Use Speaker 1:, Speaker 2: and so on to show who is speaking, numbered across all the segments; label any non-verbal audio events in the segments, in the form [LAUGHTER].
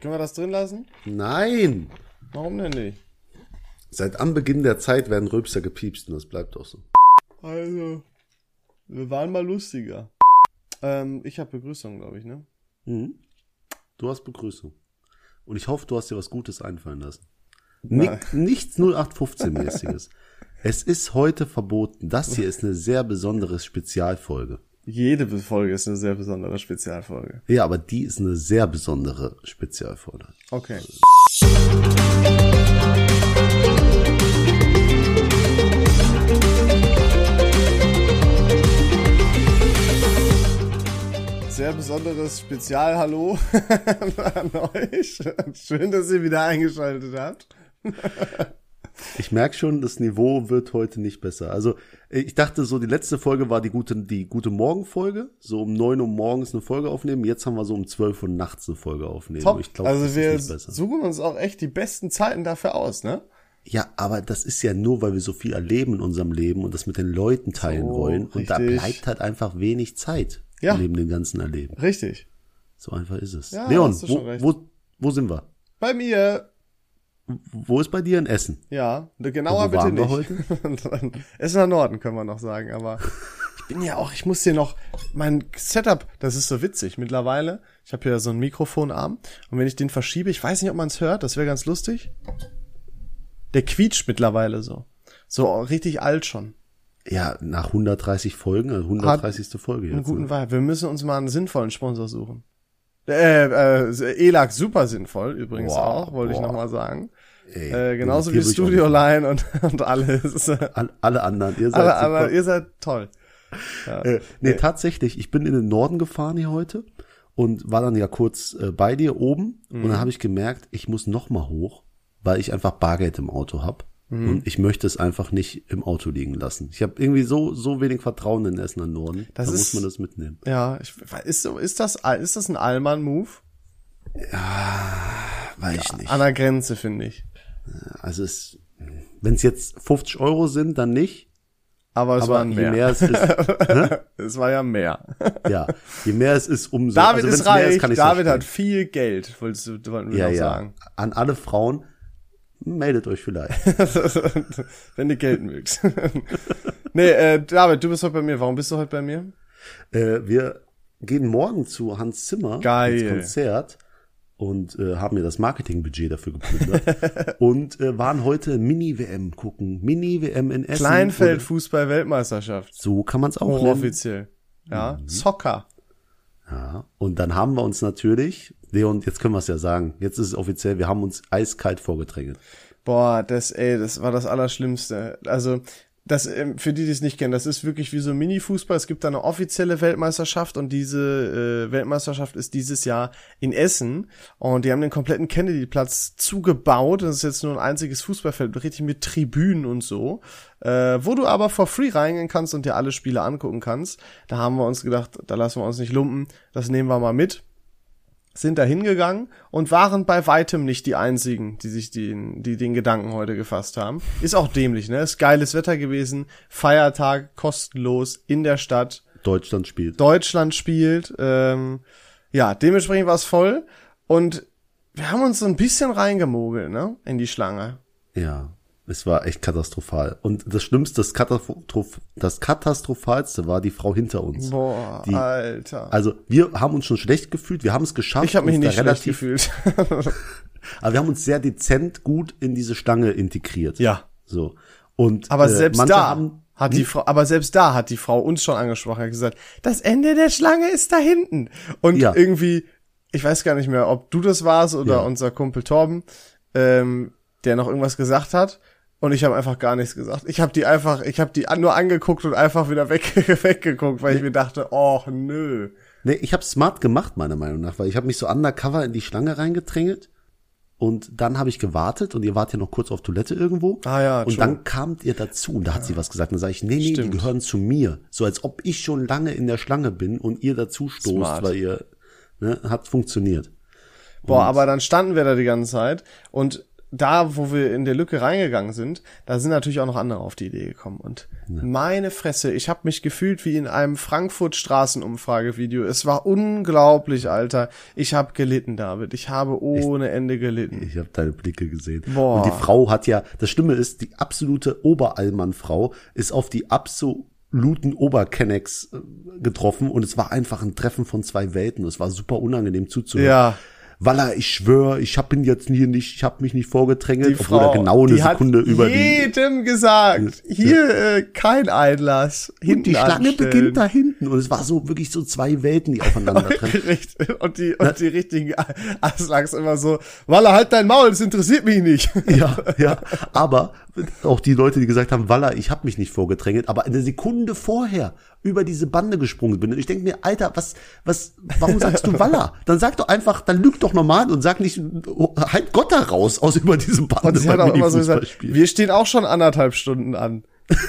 Speaker 1: Können wir das drin lassen?
Speaker 2: Nein!
Speaker 1: Warum denn nicht?
Speaker 2: Seit Anbeginn der Zeit werden Rülpser gepiepst und das bleibt auch so.
Speaker 1: Also, wir waren mal lustiger. Ähm, ich habe Begrüßung, glaube ich, ne?
Speaker 2: Mhm. Du hast Begrüßung. Und ich hoffe, du hast dir was Gutes einfallen lassen.
Speaker 1: Nein.
Speaker 2: Nick, nichts 0815-mäßiges. es ist heute verboten. Das hier ist eine sehr besondere Spezialfolge.
Speaker 1: Jede Folge ist eine sehr besondere Spezialfolge.
Speaker 2: Ja, aber die ist eine sehr besondere Spezialfolge.
Speaker 1: Okay. Sehr besonderes Spezial, hallo [LAUGHS] an euch. Schön, dass ihr wieder eingeschaltet habt.
Speaker 2: Ich merke schon, das Niveau wird heute nicht besser. Also, ich dachte so, die letzte Folge war die gute, die gute Morgen-Folge. So um 9 Uhr morgens eine Folge aufnehmen. Jetzt haben wir so um 12 Uhr nachts eine Folge aufnehmen.
Speaker 1: Top.
Speaker 2: Ich glaube, das
Speaker 1: also wir
Speaker 2: ist nicht besser.
Speaker 1: suchen uns auch echt die besten Zeiten dafür aus, ne?
Speaker 2: Ja, aber das ist ja nur, weil wir so viel erleben in unserem Leben und das mit den Leuten teilen
Speaker 1: So,
Speaker 2: wollen. Und da
Speaker 1: richtig.
Speaker 2: bleibt halt einfach wenig Zeit
Speaker 1: Ja.
Speaker 2: neben dem ganzen Erleben.
Speaker 1: Richtig.
Speaker 2: So einfach ist es.
Speaker 1: Ja,
Speaker 2: Leon,
Speaker 1: hast du schon
Speaker 2: wo,
Speaker 1: recht.
Speaker 2: wo, wo sind wir?
Speaker 1: Bei mir,
Speaker 2: Wo ist bei dir in Essen?
Speaker 1: ja, genauer
Speaker 2: Wo waren
Speaker 1: bitte [LAUGHS]
Speaker 2: wir
Speaker 1: nicht. Heute? Essener Norden können wir noch sagen, aber ich bin ja auch, ich muss hier noch, mein Setup, das ist so witzig mittlerweile. Ich habe hier so einen Mikrofonarm und wenn ich den verschiebe, ich weiß nicht, ob man es hört, das wäre ganz lustig. Der quietscht mittlerweile so. So richtig alt schon.
Speaker 2: Ja, nach 130 Folgen, also 130. Folge
Speaker 1: Einen
Speaker 2: jetzt.
Speaker 1: guten
Speaker 2: Ne?
Speaker 1: Vibe. Wir müssen uns mal einen sinnvollen Sponsor suchen. Äh, äh, ELAG super sinnvoll übrigens
Speaker 2: Boah,
Speaker 1: auch, wollte ich
Speaker 2: boah.
Speaker 1: nochmal sagen.
Speaker 2: Ey,
Speaker 1: Äh, genauso wie
Speaker 2: hier will ich
Speaker 1: Studio
Speaker 2: auch nicht-
Speaker 1: Line und, [LAUGHS] und alles. [LAUGHS] Alle,
Speaker 2: All, alle anderen, ihr seid super.
Speaker 1: alle, ihr seid toll.
Speaker 2: Äh, nee, tatsächlich, ich bin in den Norden gefahren hier heute und war dann ja kurz äh, bei dir oben und
Speaker 1: Mhm.
Speaker 2: dann habe ich gemerkt, ich muss noch mal hoch, weil ich einfach Bargeld im Auto habe
Speaker 1: Mhm.
Speaker 2: und ich möchte es einfach nicht im Auto liegen lassen. Ich habe irgendwie so so wenig Vertrauen in Essen an Norden,
Speaker 1: Das
Speaker 2: da
Speaker 1: ist-
Speaker 2: muss man das mitnehmen.
Speaker 1: Ja, ich, ist, so- ist, das, ist das ein Allmann-Move?
Speaker 2: Weiß ich nicht.
Speaker 1: An der Grenze, finde ich.
Speaker 2: Also es wenn es jetzt 50 Euro sind, dann nicht.
Speaker 1: Aber es
Speaker 2: Aber
Speaker 1: war
Speaker 2: je
Speaker 1: mehr.
Speaker 2: mehr
Speaker 1: [LAUGHS]
Speaker 2: es ist,
Speaker 1: Es war ja mehr.
Speaker 2: ja, je mehr es ist, umso.
Speaker 1: David
Speaker 2: also
Speaker 1: ist
Speaker 2: wenn's mehr
Speaker 1: reich,
Speaker 2: kann ich's
Speaker 1: David
Speaker 2: verstehen.
Speaker 1: hat viel Geld, wolltest du, wollten wir
Speaker 2: ja,
Speaker 1: noch
Speaker 2: ja.
Speaker 1: sagen. [LAUGHS]
Speaker 2: An alle Frauen, meldet euch vielleicht.
Speaker 1: Wenn ihr Geld mögt. [LAUGHS] nee, äh, David, du bist heute bei mir. Warum bist du heute bei mir?
Speaker 2: Äh, wir gehen morgen zu Hans Zimmer
Speaker 1: Geil.
Speaker 2: ins Konzert und äh, haben ja das Marketingbudget
Speaker 1: [LAUGHS]
Speaker 2: dafür geplündert und äh, waren heute Mini-WM gucken. Mini-WM in Essen. Und
Speaker 1: Kleinfeld-Fußball-Weltmeisterschaft.
Speaker 2: So kann man es
Speaker 1: Oh,
Speaker 2: auch nennen.
Speaker 1: Offiziell. Ja, Soccer.
Speaker 2: Ja. Und dann haben wir uns natürlich, Leon, jetzt können wir es ja sagen, jetzt ist es offiziell, wir haben uns eiskalt vorgedrängelt.
Speaker 1: Boah, das, ey, das war das Allerschlimmste. Also, das, ähm, für die, die es nicht kennen, das ist wirklich wie so Mini-Fußball. Es gibt da eine offizielle Weltmeisterschaft und diese äh, Weltmeisterschaft ist dieses Jahr in Essen. Und die haben den kompletten Kennedy-Platz zugebaut. Das ist jetzt nur ein einziges Fußballfeld, richtig mit Tribünen und so. Äh, wo du aber for free reingehen kannst und dir alle Spiele angucken kannst. Da haben wir uns gedacht, da lassen wir uns nicht lumpen. Das nehmen wir mal mit sind da hingegangen und waren bei weitem nicht die einzigen, die sich den, die den Gedanken heute gefasst haben. Ist auch dämlich, ne? Ist geiles Wetter gewesen, Feiertag, kostenlos, in der Stadt.
Speaker 2: Deutschland spielt.
Speaker 1: Deutschland spielt. Ähm, ja, dementsprechend war es voll. Und wir haben uns so ein bisschen reingemogelt, ne? In die Schlange.
Speaker 2: Ja, es war echt katastrophal. Und das Schlimmste, das, Katastroph das Katastrophalste war die Frau hinter uns.
Speaker 1: Boah, ah.
Speaker 2: Die-
Speaker 1: Alter.
Speaker 2: Also wir haben uns schon schlecht gefühlt, wir haben es geschafft.
Speaker 1: Ich habe mich
Speaker 2: uns
Speaker 1: nicht
Speaker 2: da
Speaker 1: schlecht
Speaker 2: relativ, [LAUGHS]
Speaker 1: gefühlt.
Speaker 2: aber wir haben uns sehr dezent gut in diese Stange integriert.
Speaker 1: Ja.
Speaker 2: So. Und
Speaker 1: Aber
Speaker 2: äh,
Speaker 1: selbst
Speaker 2: manche
Speaker 1: da
Speaker 2: haben, Hm?
Speaker 1: hat die Frau, aber selbst da hat die Frau uns schon angesprochen, hat gesagt, das Ende der Schlange ist da hinten. Und
Speaker 2: Ja.
Speaker 1: irgendwie, ich weiß gar nicht mehr, ob du das warst oder
Speaker 2: Ja.
Speaker 1: unser Kumpel Torben, ähm, der noch irgendwas gesagt hat. Und ich habe einfach gar nichts gesagt. Ich habe die einfach, ich habe die an- nur angeguckt und einfach wieder [LAUGHS] weg, weggeguckt, weil ich mir dachte, oh nö.
Speaker 2: nee, ich habe smart gemacht meiner Meinung nach, weil ich habe mich so undercover in die Schlange reingedrängelt und dann habe ich gewartet und ihr wart ja noch kurz auf Toilette irgendwo.
Speaker 1: Ah ja,
Speaker 2: Und
Speaker 1: schon.
Speaker 2: dann kamt ihr dazu und da hat sie was gesagt. Und dann sage ich, nee, nee,
Speaker 1: Stimmt.
Speaker 2: die gehören zu mir, so als ob ich schon lange in der Schlange bin und ihr dazu stoßt,
Speaker 1: Smart.
Speaker 2: weil ihr ne, hat funktioniert.
Speaker 1: Boah, aber dann standen wir da die ganze Zeit und da, wo wir in der Lücke reingegangen sind, da sind natürlich auch noch andere auf die Idee gekommen. Und meine Fresse, ich habe mich gefühlt wie in einem Frankfurt Straßenumfragevideo. Es war unglaublich, Alter. Ich habe gelitten, David. Ich habe ohne Ende gelitten.
Speaker 2: Ich habe deine Blicke gesehen.
Speaker 1: Boah.
Speaker 2: Und die Frau hat ja, das Schlimme ist, die absolute Oberallmann-Frau ist auf die absoluten Oberkennex äh, getroffen und es war einfach ein Treffen von zwei Welten. Es war super unangenehm zuzuhören.
Speaker 1: Ja.
Speaker 2: Walla, ich schwör, ich hab ihn jetzt hier nicht, ich hab mich nicht vorgedrängelt,
Speaker 1: Die
Speaker 2: obwohl
Speaker 1: Frau,
Speaker 2: er genau eine
Speaker 1: die hat
Speaker 2: Sekunde über die
Speaker 1: jedem gesagt, hier äh, kein Einlass, hinten
Speaker 2: Und die Schlange
Speaker 1: anstellen.
Speaker 2: beginnt da hinten und es war so wirklich so zwei Welten, die aufeinander treffen.
Speaker 1: [LAUGHS] Richtig. Und die, und die richtigen Aslaks immer so, Walla, halt dein Maul, das interessiert mich
Speaker 2: [LAUGHS]
Speaker 1: nicht.
Speaker 2: Ja, ja, aber auch die Leute, die gesagt haben, Walla, ich hab mich nicht vorgedrängelt, aber eine Sekunde vorher über diese Bande gesprungen bin. Und ich denk mir, Alter, was, was, warum sagst du Walla? Dann sag doch einfach, dann lüg doch normal und sag nicht, oh, halt Gott da raus aus über diese Bande
Speaker 1: Und sie hat
Speaker 2: beim
Speaker 1: auch immer so gesagt,
Speaker 2: Minifußballspiel.
Speaker 1: wir stehen auch schon anderthalb Stunden an. [LAUGHS]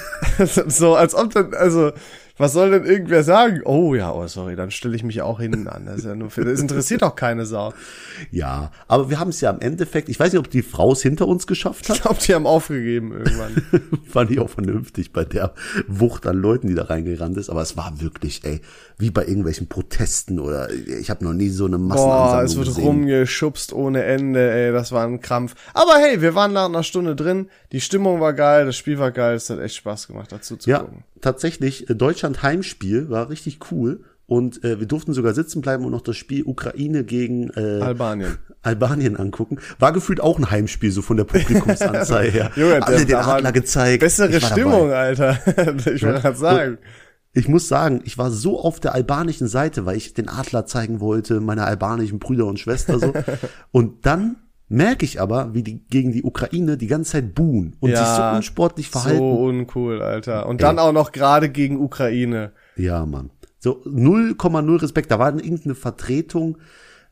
Speaker 1: so, als ob dann, also, was soll denn irgendwer sagen? Oh ja, oh sorry, dann stelle ich mich auch hinten an. Das, ist ja nur für, das interessiert doch keine Sau.
Speaker 2: Ja, aber wir haben es ja im Endeffekt, ich weiß nicht, ob die Frau es hinter uns geschafft
Speaker 1: Ich [LAUGHS]
Speaker 2: hat.
Speaker 1: glaube, die haben aufgegeben irgendwann.
Speaker 2: Fand ich auch vernünftig bei der Wucht an Leuten, die da reingerannt ist. Aber es war wirklich, ey, wie bei irgendwelchen Protesten oder ich habe noch nie so eine Massenansammlung
Speaker 1: Boah, es wird
Speaker 2: gesehen.
Speaker 1: rumgeschubst ohne Ende, ey, das war ein Krampf. Aber hey, wir waren nach einer Stunde drin, die Stimmung war geil, das Spiel war geil, es hat echt Spaß gemacht, dazu zu
Speaker 2: Ja,
Speaker 1: gucken.
Speaker 2: tatsächlich, äh, Deutschland Heimspiel war richtig cool. Und äh, wir durften sogar sitzen bleiben und noch das Spiel Ukraine gegen äh,
Speaker 1: Albanien.
Speaker 2: Albanien angucken. War gefühlt auch ein Heimspiel, so von der
Speaker 1: [LAUGHS]
Speaker 2: Publikumsanzahl her.
Speaker 1: Junge,
Speaker 2: Alle
Speaker 1: der-
Speaker 2: den
Speaker 1: da war
Speaker 2: Adler gezeigt.
Speaker 1: Bessere
Speaker 2: Ich war dabei.
Speaker 1: Stimmung, Alter. [LAUGHS] ich wollte gerade sagen.
Speaker 2: Ich muss sagen, ich war so auf der albanischen Seite, weil ich den Adler zeigen wollte, meiner albanischen Brüder und
Speaker 1: [LAUGHS]
Speaker 2: Schwester so. und dann merke ich aber, wie die gegen die Ukraine die ganze Zeit buhen und sich so
Speaker 1: Ja,
Speaker 2: unsportlich
Speaker 1: So
Speaker 2: verhalten.
Speaker 1: uncool, Alter. Und dann auch noch gerade gegen Ukraine.
Speaker 2: Ja, Mann. So 0,0 Respekt. Da war dann irgendeine Vertretung,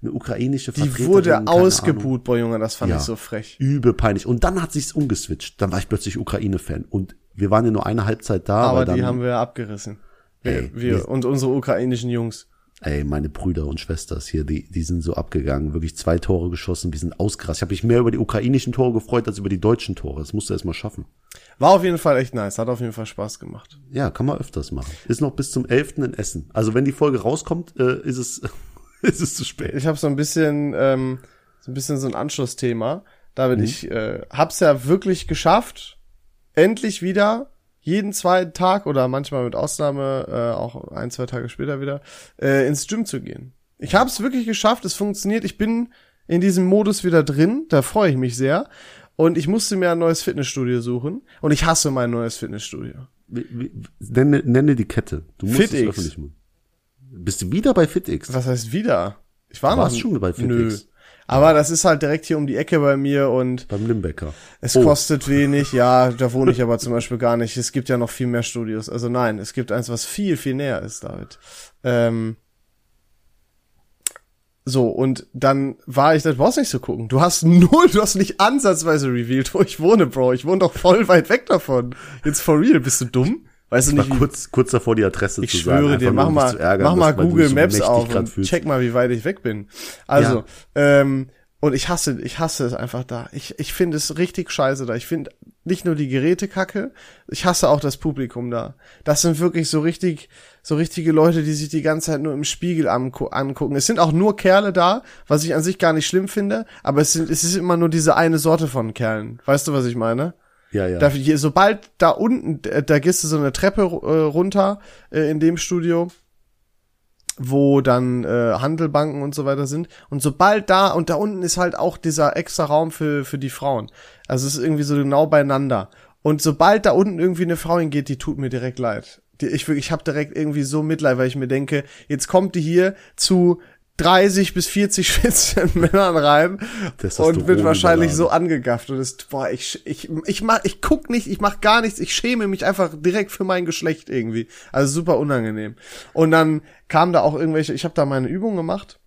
Speaker 2: eine ukrainische
Speaker 1: Die
Speaker 2: Vertretung.
Speaker 1: wurde ausgebuht, boy Junge, das fand
Speaker 2: Ja.
Speaker 1: ich so frech.
Speaker 2: Übel peinlich. Und dann hat sich's umgeswitcht. Dann war ich plötzlich Ukraine-Fan. Und wir waren ja nur eine Halbzeit da.
Speaker 1: Aber
Speaker 2: weil dann,
Speaker 1: die haben wir abgerissen. Wir,
Speaker 2: Ey,
Speaker 1: wir und unsere ukrainischen Jungs.
Speaker 2: Ey, meine Brüder und Schwestern hier, die, die sind so abgegangen. Wirklich zwei Tore geschossen, die sind ausgerastet. Ich habe mich mehr über die ukrainischen Tore gefreut als über die deutschen Tore. Das musst du erst mal schaffen.
Speaker 1: War auf jeden Fall echt nice, hat auf jeden Fall Spaß gemacht.
Speaker 2: Ja, kann man öfters machen. Ist noch bis zum 11. in Essen. Also wenn die Folge rauskommt, äh, ist, es, [LAUGHS] ist es zu spät.
Speaker 1: Ich habe so ein bisschen, ähm, so ein bisschen so ein Anschlussthema.
Speaker 2: Mhm.
Speaker 1: David, ich äh, hab's ja wirklich geschafft, endlich wieder jeden zweiten Tag oder manchmal mit Ausnahme äh, auch ein, zwei Tage später wieder äh, ins Gym zu gehen. Ich habe es wirklich geschafft, es funktioniert. Ich bin in diesem Modus wieder drin, da freue ich mich sehr. Und ich musste mir ein neues Fitnessstudio suchen und ich hasse mein neues Fitnessstudio.
Speaker 2: Wie- wie- Nenne, nenne die Kette. Du musst es
Speaker 1: FitX.
Speaker 2: öffentlich machen. Bist du wieder bei FitX?
Speaker 1: Was heißt wieder? Ich war
Speaker 2: Du
Speaker 1: noch
Speaker 2: warst schon bei
Speaker 1: Nö.
Speaker 2: FitX.
Speaker 1: Aber das ist halt direkt hier um die Ecke bei mir und
Speaker 2: Beim Limbecker.
Speaker 1: Es kostet wenig, ja, da wohne ich aber zum Beispiel gar nicht. Es gibt ja noch viel mehr Studios. Also nein, es gibt eins, was viel, viel näher ist, David. Ähm, so, und dann war ich, das brauchst nicht zu gucken. Du hast [LAUGHS] null, du hast nicht ansatzweise revealed, wo ich wohne, Bro. Ich wohne doch voll weit weg davon. Jetzt for real, bist du dumm? Weißt du
Speaker 2: War
Speaker 1: nicht, wie,
Speaker 2: kurz, kurz davor, die Adresse
Speaker 1: ich
Speaker 2: zu sagen.
Speaker 1: schwöre dir,
Speaker 2: einfach nur,
Speaker 1: mach
Speaker 2: um dich
Speaker 1: mal,
Speaker 2: zu ärgern,
Speaker 1: mach mal
Speaker 2: dass- weil du dich
Speaker 1: Google
Speaker 2: so
Speaker 1: Maps
Speaker 2: mächtig
Speaker 1: auf
Speaker 2: grad
Speaker 1: und
Speaker 2: fühlst.
Speaker 1: check mal, wie weit ich weg bin. Also, ähm, und ich hasse, ich hasse es einfach da. Ich, ich finde es richtig scheiße da. Ich finde nicht nur die Geräte kacke, ich hasse auch das Publikum da. Das sind wirklich so richtig, so richtige Leute, die sich die ganze Zeit nur im Spiegel angu angucken. Es sind auch nur Kerle da, was ich an sich gar nicht schlimm finde, aber es sind, es ist immer nur diese eine Sorte von Kerlen. Weißt du, was ich meine?
Speaker 2: Ja, ja.
Speaker 1: Da, je, sobald da unten, äh, da gehst du so eine Treppe äh, runter äh, in dem Studio, wo dann äh, Handelbanken und so weiter sind. Und sobald da, und da unten ist halt auch dieser extra Raum für, für die Frauen. Also es ist irgendwie so genau beieinander. Und sobald da unten irgendwie eine Frau hingeht, die tut mir direkt leid. Die, ich wirklich- ich habe direkt irgendwie so Mitleid, weil ich mir denke, jetzt kommt die hier zu 30 bis 40 [LAUGHS] schwitzenden Männern rein und wird
Speaker 2: Testosteron
Speaker 1: wahrscheinlich
Speaker 2: überladen.
Speaker 1: so angegafft und ist, boah, ich, ich, ich mach, ich guck nicht, ich mach gar nichts, ich schäme mich einfach direkt für mein Geschlecht irgendwie. Also super unangenehm. Und dann kam da auch irgendwelche, ich habe da meine Übung gemacht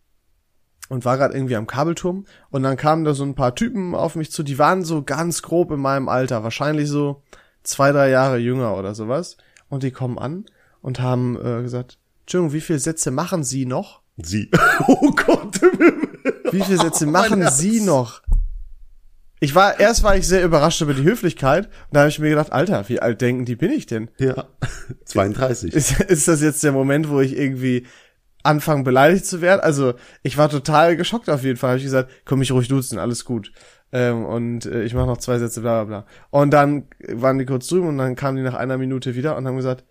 Speaker 1: und war gerade irgendwie am Kabelturm und dann kamen da so ein paar Typen auf mich zu, die waren so ganz grob in meinem Alter, wahrscheinlich so zwei, drei Jahre jünger oder sowas. Und die kommen an und haben äh, gesagt, Entschuldigung, wie viele Sätze machen Sie noch? [LAUGHS]
Speaker 2: Sie. Oh Gott.
Speaker 1: Wie viele Sätze machen Sie noch? Ich war, erst war ich sehr überrascht über die Höflichkeit. Und da habe ich mir gedacht, Alter, wie alt denken die bin ich denn?
Speaker 2: [LAUGHS]
Speaker 1: [LAUGHS]
Speaker 2: Ja, 32.
Speaker 1: Ist, ist das jetzt der Moment, wo ich irgendwie anfangen beleidigt zu werden? Also ich war total geschockt auf jeden Fall. Habe ich gesagt, komm mich ruhig duzen, alles gut. Ähm, und äh, ich mache noch zwei Sätze, bla bla bla. Und dann waren die kurz drüben und dann kamen die nach einer Minute wieder und haben gesagt,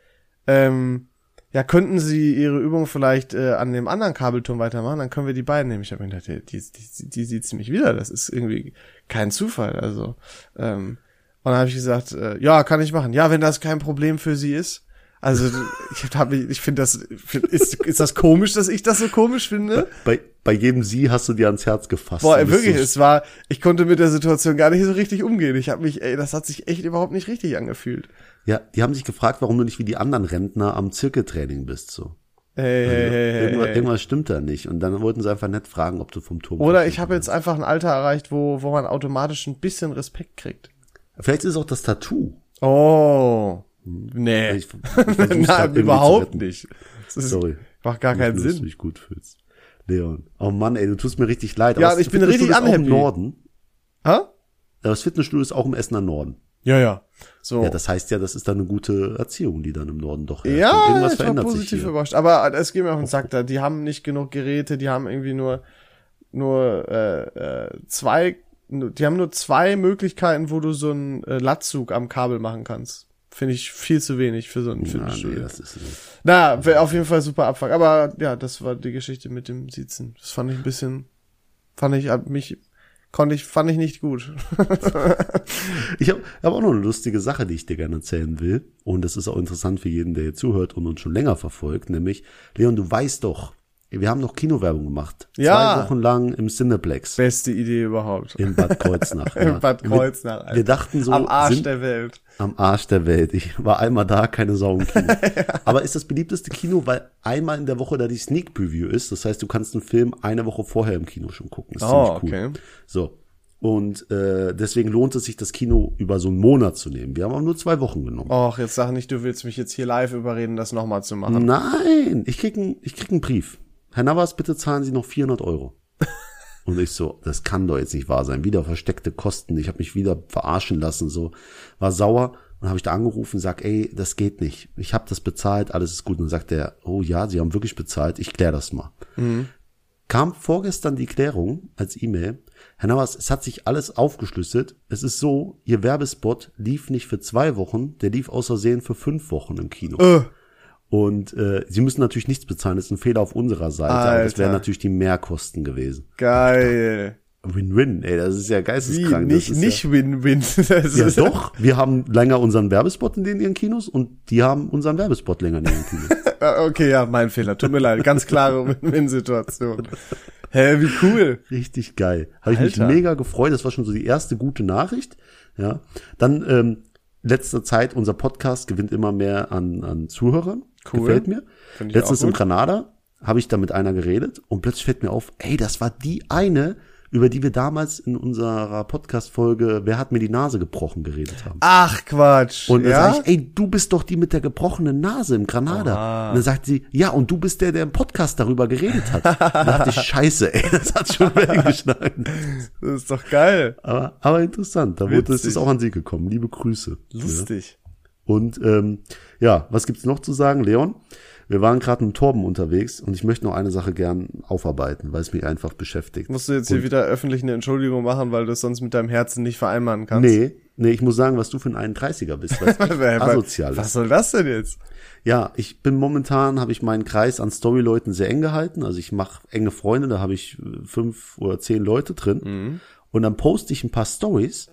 Speaker 1: ähm, ja, könnten Sie Ihre Übung vielleicht äh, an dem anderen Kabelturm weitermachen, dann können wir die beiden nehmen. Ich habe mir gedacht, die, die, die, die sieht ziemlich wieder, das ist irgendwie kein Zufall. Also, ähm, und dann habe ich gesagt, äh, ja, kann ich machen. Ja, wenn das kein Problem für Sie ist. Also, [LAUGHS] ich, hab, mich- ich finde das, find, ist, ist das komisch, dass ich das so komisch finde?
Speaker 2: Bei, bei jedem Sie hast du dir ans Herz gefasst.
Speaker 1: Boah,
Speaker 2: Du bist
Speaker 1: wirklich,
Speaker 2: so-
Speaker 1: es war, ich konnte mit der Situation gar nicht so richtig umgehen. Ich habe mich, ey, das hat sich echt überhaupt nicht richtig angefühlt.
Speaker 2: Ja, die haben sich gefragt, warum du nicht wie die anderen Rentner am Zirkeltraining bist. So. Also,
Speaker 1: Hey, hey, hey, hey,
Speaker 2: Irgendwas,
Speaker 1: hey.
Speaker 2: irgendwas stimmt da nicht. Und dann wollten sie einfach nett fragen, ob du vom Turm
Speaker 1: Oder
Speaker 2: kommst.
Speaker 1: ich habe jetzt einfach ein Alter erreicht, wo, wo man automatisch ein bisschen Respekt kriegt.
Speaker 2: Vielleicht ist es auch das Tattoo.
Speaker 1: Oh. Nee.
Speaker 2: Hm. Ich- ich
Speaker 1: [LAUGHS]
Speaker 2: versuch's grad
Speaker 1: Nein,
Speaker 2: irgendwie zu
Speaker 1: überhaupt
Speaker 2: retten.
Speaker 1: nicht. Das ist,
Speaker 2: Sorry.
Speaker 1: Macht gar keinen
Speaker 2: Nicht, dass du
Speaker 1: Sinn.
Speaker 2: dich gut fühlst. Leon. Oh Mann, ey, du tust mir richtig leid.
Speaker 1: Ja,
Speaker 2: aber das
Speaker 1: ich bin
Speaker 2: Fitnessstudio
Speaker 1: richtig
Speaker 2: ist auch im
Speaker 1: unhappy.
Speaker 2: Norden.
Speaker 1: Hä?
Speaker 2: Aber Das Fitnessstudio ist auch im Essener Norden.
Speaker 1: Ja, ja. So.
Speaker 2: Ja, das heißt ja, das ist dann eine gute Erziehung, die dann im Norden doch herrscht. Und
Speaker 1: Ja,
Speaker 2: irgendwas
Speaker 1: ich war
Speaker 2: verändert sich
Speaker 1: positiv
Speaker 2: hier. Ah,
Speaker 1: überrascht. Aber äh, es geht mir auf den Sack da. Die haben nicht genug Geräte, die haben irgendwie nur, nur äh, äh, zwei, die haben nur zwei Möglichkeiten, wo du so einen äh, Latzug am Kabel machen kannst. Finde ich viel zu wenig für so einen
Speaker 2: Ah, nee,
Speaker 1: Fitnessstudio.
Speaker 2: das ist nicht.
Speaker 1: Na, wär auf jeden Fall super Abfuck. Aber ja, das war die Geschichte mit dem Siezen. Das fand ich ein bisschen, fand ich, hat mich, konnte ich, fand ich nicht gut.
Speaker 2: Ich habe hab auch noch eine lustige Sache, die ich dir gerne erzählen will. Und das ist auch interessant für jeden, der hier zuhört und uns schon länger verfolgt. Nämlich, Leon, du weißt doch, wir haben noch Kinowerbung gemacht.
Speaker 1: Ja.
Speaker 2: Zwei Wochen lang im Cineplex.
Speaker 1: [LAUGHS] Beste Idee überhaupt.
Speaker 2: In Bad
Speaker 1: [LAUGHS]
Speaker 2: Kreuznach. ja.
Speaker 1: Im Bad Kreuznach.
Speaker 2: Wir, wir dachten so,
Speaker 1: am Arsch
Speaker 2: sind,
Speaker 1: der Welt.
Speaker 2: Am Arsch der Welt. Ich war einmal da, keine Sau im Kino. Aber ist das beliebteste Kino, weil einmal in der Woche da die Sneak Preview ist. Das heißt, du kannst einen Film eine Woche vorher im Kino schon gucken. Das ist
Speaker 1: Oh,
Speaker 2: ziemlich cool.
Speaker 1: okay.
Speaker 2: So. Und äh, deswegen lohnt es sich, das Kino über so einen Monat zu nehmen. Wir haben aber nur zwei Wochen genommen.
Speaker 1: Och, jetzt sag nicht, du willst mich jetzt hier live überreden, das nochmal zu
Speaker 2: Hm.
Speaker 1: machen.
Speaker 2: Nein, ich krieg, einen, ich krieg einen Brief. Herr Navas, bitte zahlen Sie noch 400 Euro. Und ich so, das kann doch jetzt nicht wahr sein. Wieder versteckte Kosten. Ich habe mich wieder verarschen lassen. So war sauer und habe ich da angerufen, sag, ey, das geht nicht. Ich habe das bezahlt, alles ist gut. Und dann sagt er, oh ja, Sie haben wirklich bezahlt. Ich kläre das mal. Kam vorgestern die Klärung als E-Mail. Herr Navas, es hat sich alles aufgeschlüsselt. Es ist so, Ihr Werbespot lief nicht für zwei Wochen, der lief aus Versehen für fünf Wochen im Kino. Und äh, Sie müssen natürlich nichts bezahlen. Das ist ein Fehler auf unserer Seite. Aber das
Speaker 1: Alter.
Speaker 2: wären natürlich die Mehrkosten gewesen.
Speaker 1: Geil.
Speaker 2: Win-Win, ey, das ist ja
Speaker 1: Wie,
Speaker 2: geisteskrank.
Speaker 1: nicht,
Speaker 2: das ist
Speaker 1: nicht Win-Win. [LAUGHS] Das
Speaker 2: Ja, ja,
Speaker 1: ist-
Speaker 2: doch, wir haben länger unseren Werbespot in den ihren Kinos und die haben unseren Werbespot länger in ihren
Speaker 1: [LAUGHS]
Speaker 2: Kinos.
Speaker 1: Okay, ja, mein Fehler. Tut mir leid. Ganz klare
Speaker 2: [LAUGHS]
Speaker 1: Win-Win-Situation. Hä, wie cool.
Speaker 2: Richtig geil. Habe ich
Speaker 1: Alter.
Speaker 2: mich mega gefreut. Das war schon so die erste gute Nachricht. Ja. Dann ähm, letzter Zeit, unser Podcast gewinnt immer mehr an, an Zuhörern.
Speaker 1: Cool.
Speaker 2: Gefällt mir.
Speaker 1: Find ich
Speaker 2: Letztens
Speaker 1: auch
Speaker 2: im
Speaker 1: gut.
Speaker 2: Granada habe ich da mit einer geredet und plötzlich fällt mir auf, ey, das war die eine, über die wir damals in unserer Podcast-Folge Wer hat mir die Nase gebrochen geredet haben.
Speaker 1: Ach, Quatsch.
Speaker 2: Und dann
Speaker 1: ja?
Speaker 2: sag ich, ey, du bist doch die mit der gebrochenen Nase im Granada. Und dann sagt sie, ja, und du bist der, der im Podcast darüber geredet hat. Da dachte ich, scheiße, ey, das hat schon weggeschnallt.
Speaker 1: Das ist doch geil.
Speaker 2: Aber, aber interessant, da wurde es
Speaker 1: Witzig.
Speaker 2: ist auch an Sie gekommen. Liebe Grüße.
Speaker 1: Lustig.
Speaker 2: Und ähm, ja, was gibt's noch zu sagen, Leon? Wir waren gerade mit Torben unterwegs und ich möchte noch eine Sache gern aufarbeiten, weil es mich einfach beschäftigt.
Speaker 1: Musst du jetzt hier wieder öffentlich eine Entschuldigung machen, weil du es sonst mit deinem Herzen nicht vereinbaren kannst?
Speaker 2: Nee, nee, ich muss sagen, was du für ein 31er bist, weil
Speaker 1: [LAUGHS]
Speaker 2: es
Speaker 1: Weil-
Speaker 2: echt
Speaker 1: weil-
Speaker 2: asozial ist.
Speaker 1: Was soll das denn jetzt?
Speaker 2: Ja, ich bin momentan, habe ich meinen Kreis an Story-Leuten sehr eng gehalten. Also ich mache enge Freunde, da habe ich äh, fünf oder zehn Leute drin.
Speaker 1: Mhm.
Speaker 2: Und dann poste ich ein paar Stories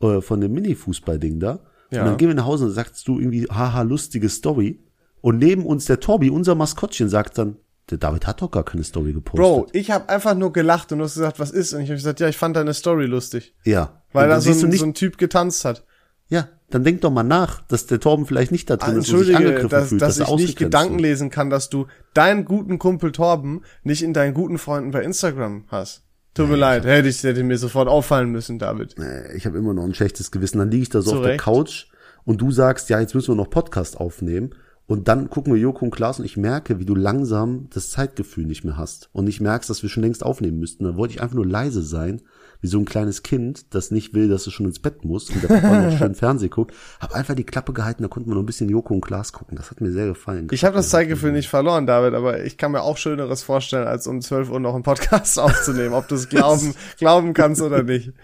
Speaker 2: äh, von dem Mini-Fußball-Ding da.
Speaker 1: Ja.
Speaker 2: Und dann gehen wir nach Hause und sagst du irgendwie, haha, lustige Story. Und neben uns der Tobi, unser Maskottchen, sagt dann, der David hat doch gar keine Story gepostet.
Speaker 1: Bro, ich habe einfach nur gelacht und du hast gesagt, was ist? Und ich habe gesagt, ja, ich fand deine Story lustig.
Speaker 2: Ja.
Speaker 1: Weil
Speaker 2: Und
Speaker 1: da
Speaker 2: dann
Speaker 1: so
Speaker 2: siehst du
Speaker 1: ein,
Speaker 2: nicht,
Speaker 1: so ein Typ getanzt hat.
Speaker 2: ja, dann denk doch mal nach, dass der Torben vielleicht nicht da drin ist und sich
Speaker 1: Ah, Entschuldige,
Speaker 2: angegriffen
Speaker 1: dass,
Speaker 2: fühlt,
Speaker 1: dass
Speaker 2: er
Speaker 1: ich nicht
Speaker 2: ausgegrenzt
Speaker 1: Gedanken
Speaker 2: wird.
Speaker 1: lesen kann, dass du deinen guten Kumpel Torben nicht in deinen guten Freunden bei Instagram hast. Tut mir leid, hätte ich hätte mir sofort auffallen müssen, David.
Speaker 2: Äh, ich habe immer noch ein schlechtes Gewissen. Dann liege ich da so
Speaker 1: Zu
Speaker 2: auf der
Speaker 1: Recht.
Speaker 2: Couch und du sagst, ja, jetzt müssen wir noch Podcast aufnehmen. Und dann gucken wir Joko und Klaas und ich merke, wie du langsam das Zeitgefühl nicht mehr hast. Und ich merkst, dass wir schon längst aufnehmen müssten. Da wollte ich einfach nur leise sein, wie so ein kleines Kind, das nicht will, dass es schon ins Bett muss und der Papa
Speaker 1: [LAUGHS]
Speaker 2: noch schön Fernsehen guckt. Hab einfach die Klappe gehalten, da konnten wir noch ein bisschen Joko und Klaas gucken. Das hat mir sehr gefallen.
Speaker 1: Ich habe das Zeitgefühl nicht verloren, David, aber ich kann mir auch Schöneres vorstellen, als um 12 Uhr noch einen Podcast [LAUGHS] aufzunehmen, ob du es [LAUGHS] glauben, glauben kannst oder nicht.
Speaker 2: [LAUGHS]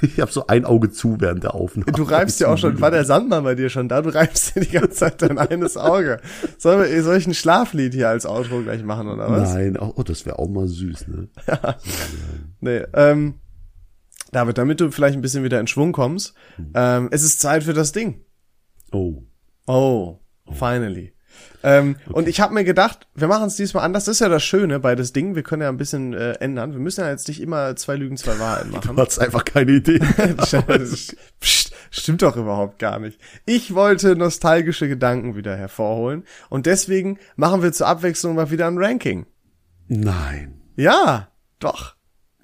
Speaker 2: Ich habe so ein Auge zu während der Aufnahme.
Speaker 1: Du reibst ja auch schon, war der Sandmann bei dir schon da? Du reibst dir die ganze Zeit dein eines Auge. Soll, soll ich ein Schlaflied hier als Outro gleich machen oder was?
Speaker 2: Nein, oh, oh, das wäre auch mal süß, ne?
Speaker 1: Ja. Nee, ähm, David, damit du vielleicht ein bisschen wieder in Schwung kommst, ähm, es ist Zeit für das Ding.
Speaker 2: Oh.
Speaker 1: Oh, finally. Ähm, okay. Und ich habe mir gedacht, wir machen es diesmal anders. Das ist ja das Schöne bei das Ding. Wir können ja ein bisschen äh, ändern. Wir müssen ja jetzt nicht immer zwei Lügen, zwei Wahrheiten
Speaker 2: [LAUGHS]
Speaker 1: machen.
Speaker 2: Du hast einfach
Speaker 1: [LAUGHS]
Speaker 2: keine Idee.
Speaker 1: Psst, stimmt doch überhaupt gar nicht. Ich wollte nostalgische Gedanken wieder hervorholen. Und deswegen machen wir zur Abwechslung mal wieder ein Ranking.
Speaker 2: Nein.
Speaker 1: Ja, doch.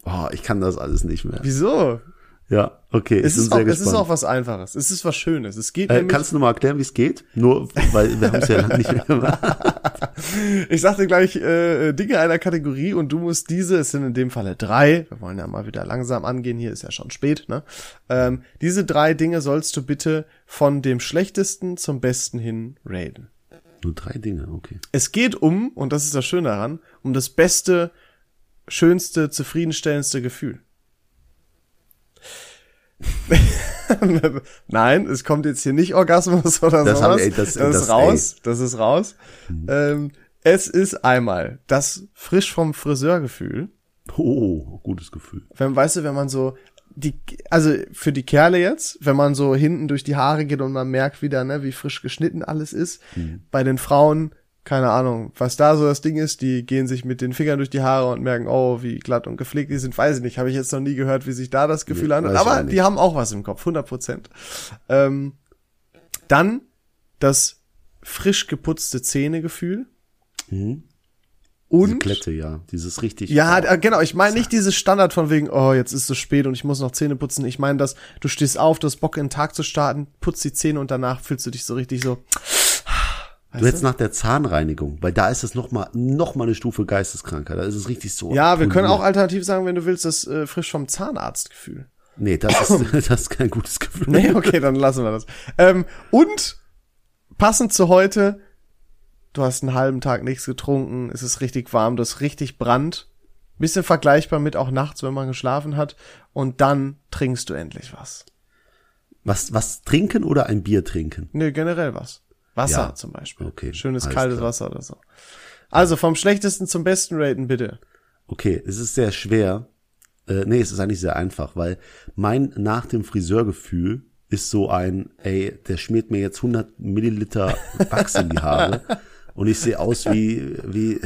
Speaker 2: Oh, ich kann das alles nicht mehr.
Speaker 1: Wieso?
Speaker 2: Ja, okay.
Speaker 1: Es, ist auch, es ist auch was Einfaches. Es ist was Schönes. Es geht
Speaker 2: äh, Kannst du mal erklären, wie es geht? Nur, weil wir haben es ja lange nicht mehr
Speaker 1: [LAUGHS]
Speaker 2: gemacht.
Speaker 1: Ich sagte gleich äh, Dinge einer Kategorie und du musst diese, es sind in dem Falle drei, wir wollen ja mal wieder langsam angehen, hier ist ja schon spät, ne? Ähm, diese drei Dinge sollst du bitte von dem Schlechtesten zum Besten hin raten.
Speaker 2: Nur drei Dinge, okay.
Speaker 1: Es geht um, und das ist das Schöne daran, um das beste, schönste, zufriedenstellendste Gefühl. [LAUGHS] Nein, es kommt jetzt hier nicht Orgasmus [LAUGHS] oder
Speaker 2: Das haben
Speaker 1: sowas.
Speaker 2: wir- ey, Mhm. das-
Speaker 1: das,
Speaker 2: das-
Speaker 1: ist raus. Das ist raus. Ähm, es ist einmal das frisch vom Friseurgefühl.
Speaker 2: Oh, gutes Gefühl.
Speaker 1: Wenn, weißt du, wenn man so die, also für die Kerle jetzt, wenn man so hinten durch die Haare geht und man merkt wieder, ne, wie frisch geschnitten alles ist.
Speaker 2: Mhm.
Speaker 1: Bei den Frauen, keine Ahnung, was da so das Ding ist, die gehen sich mit den Fingern durch die Haare und merken, oh, wie glatt und gepflegt die sind, weiß ich nicht, habe ich jetzt noch nie gehört, wie sich da das Gefühl
Speaker 2: Nee,
Speaker 1: anhört.
Speaker 2: weiß ich
Speaker 1: Aber
Speaker 2: auch nicht.
Speaker 1: die haben auch was im Kopf, 100 Prozent. Ähm, dann das frisch geputzte Zähnegefühl.
Speaker 2: Mhm. Diese
Speaker 1: Und
Speaker 2: Klette, ja. Dieses richtig.
Speaker 1: Hm? ja, d- genau. Ich meine nicht dieses Standard von wegen, oh, jetzt ist es spät und ich muss noch Zähne putzen. Ich meine, dass du stehst auf, du hast Bock, in den Tag zu starten, putzt die Zähne und danach fühlst du dich so richtig so.
Speaker 2: du hättest nach der Zahnreinigung, weil da ist es nochmal noch mal eine Stufe Geisteskrankheit. Da ist es richtig so.
Speaker 1: Ja, wir können
Speaker 2: poliert.
Speaker 1: auch alternativ sagen, wenn du willst, das äh, frisch vom Zahnarztgefühl.
Speaker 2: Nee, das ist, [LAUGHS] das ist kein gutes Gefühl.
Speaker 1: [LAUGHS] Nee, [LAUGHS] okay, dann lassen wir das. Ähm, und passend zu heute, du hast einen halben Tag nichts getrunken, es ist richtig warm, du hast richtig Brand. Bisschen vergleichbar mit auch nachts, wenn man geschlafen hat. Und dann trinkst du endlich was.
Speaker 2: Was, was trinken oder ein Bier trinken?
Speaker 1: Nee, generell was. Wasser
Speaker 2: Ja,
Speaker 1: zum Beispiel.
Speaker 2: okay,
Speaker 1: Schönes
Speaker 2: alles
Speaker 1: kaltes
Speaker 2: klar.
Speaker 1: Wasser oder so. Also vom schlechtesten zum besten raten, bitte.
Speaker 2: Okay, es ist sehr schwer. Äh, nee, es ist eigentlich sehr einfach, weil mein nach dem Friseurgefühl ist so ein, ey, der schmiert mir jetzt 100 Milliliter Wachs in
Speaker 1: [LAUGHS]
Speaker 2: die Haare und ich sehe aus wie, wie,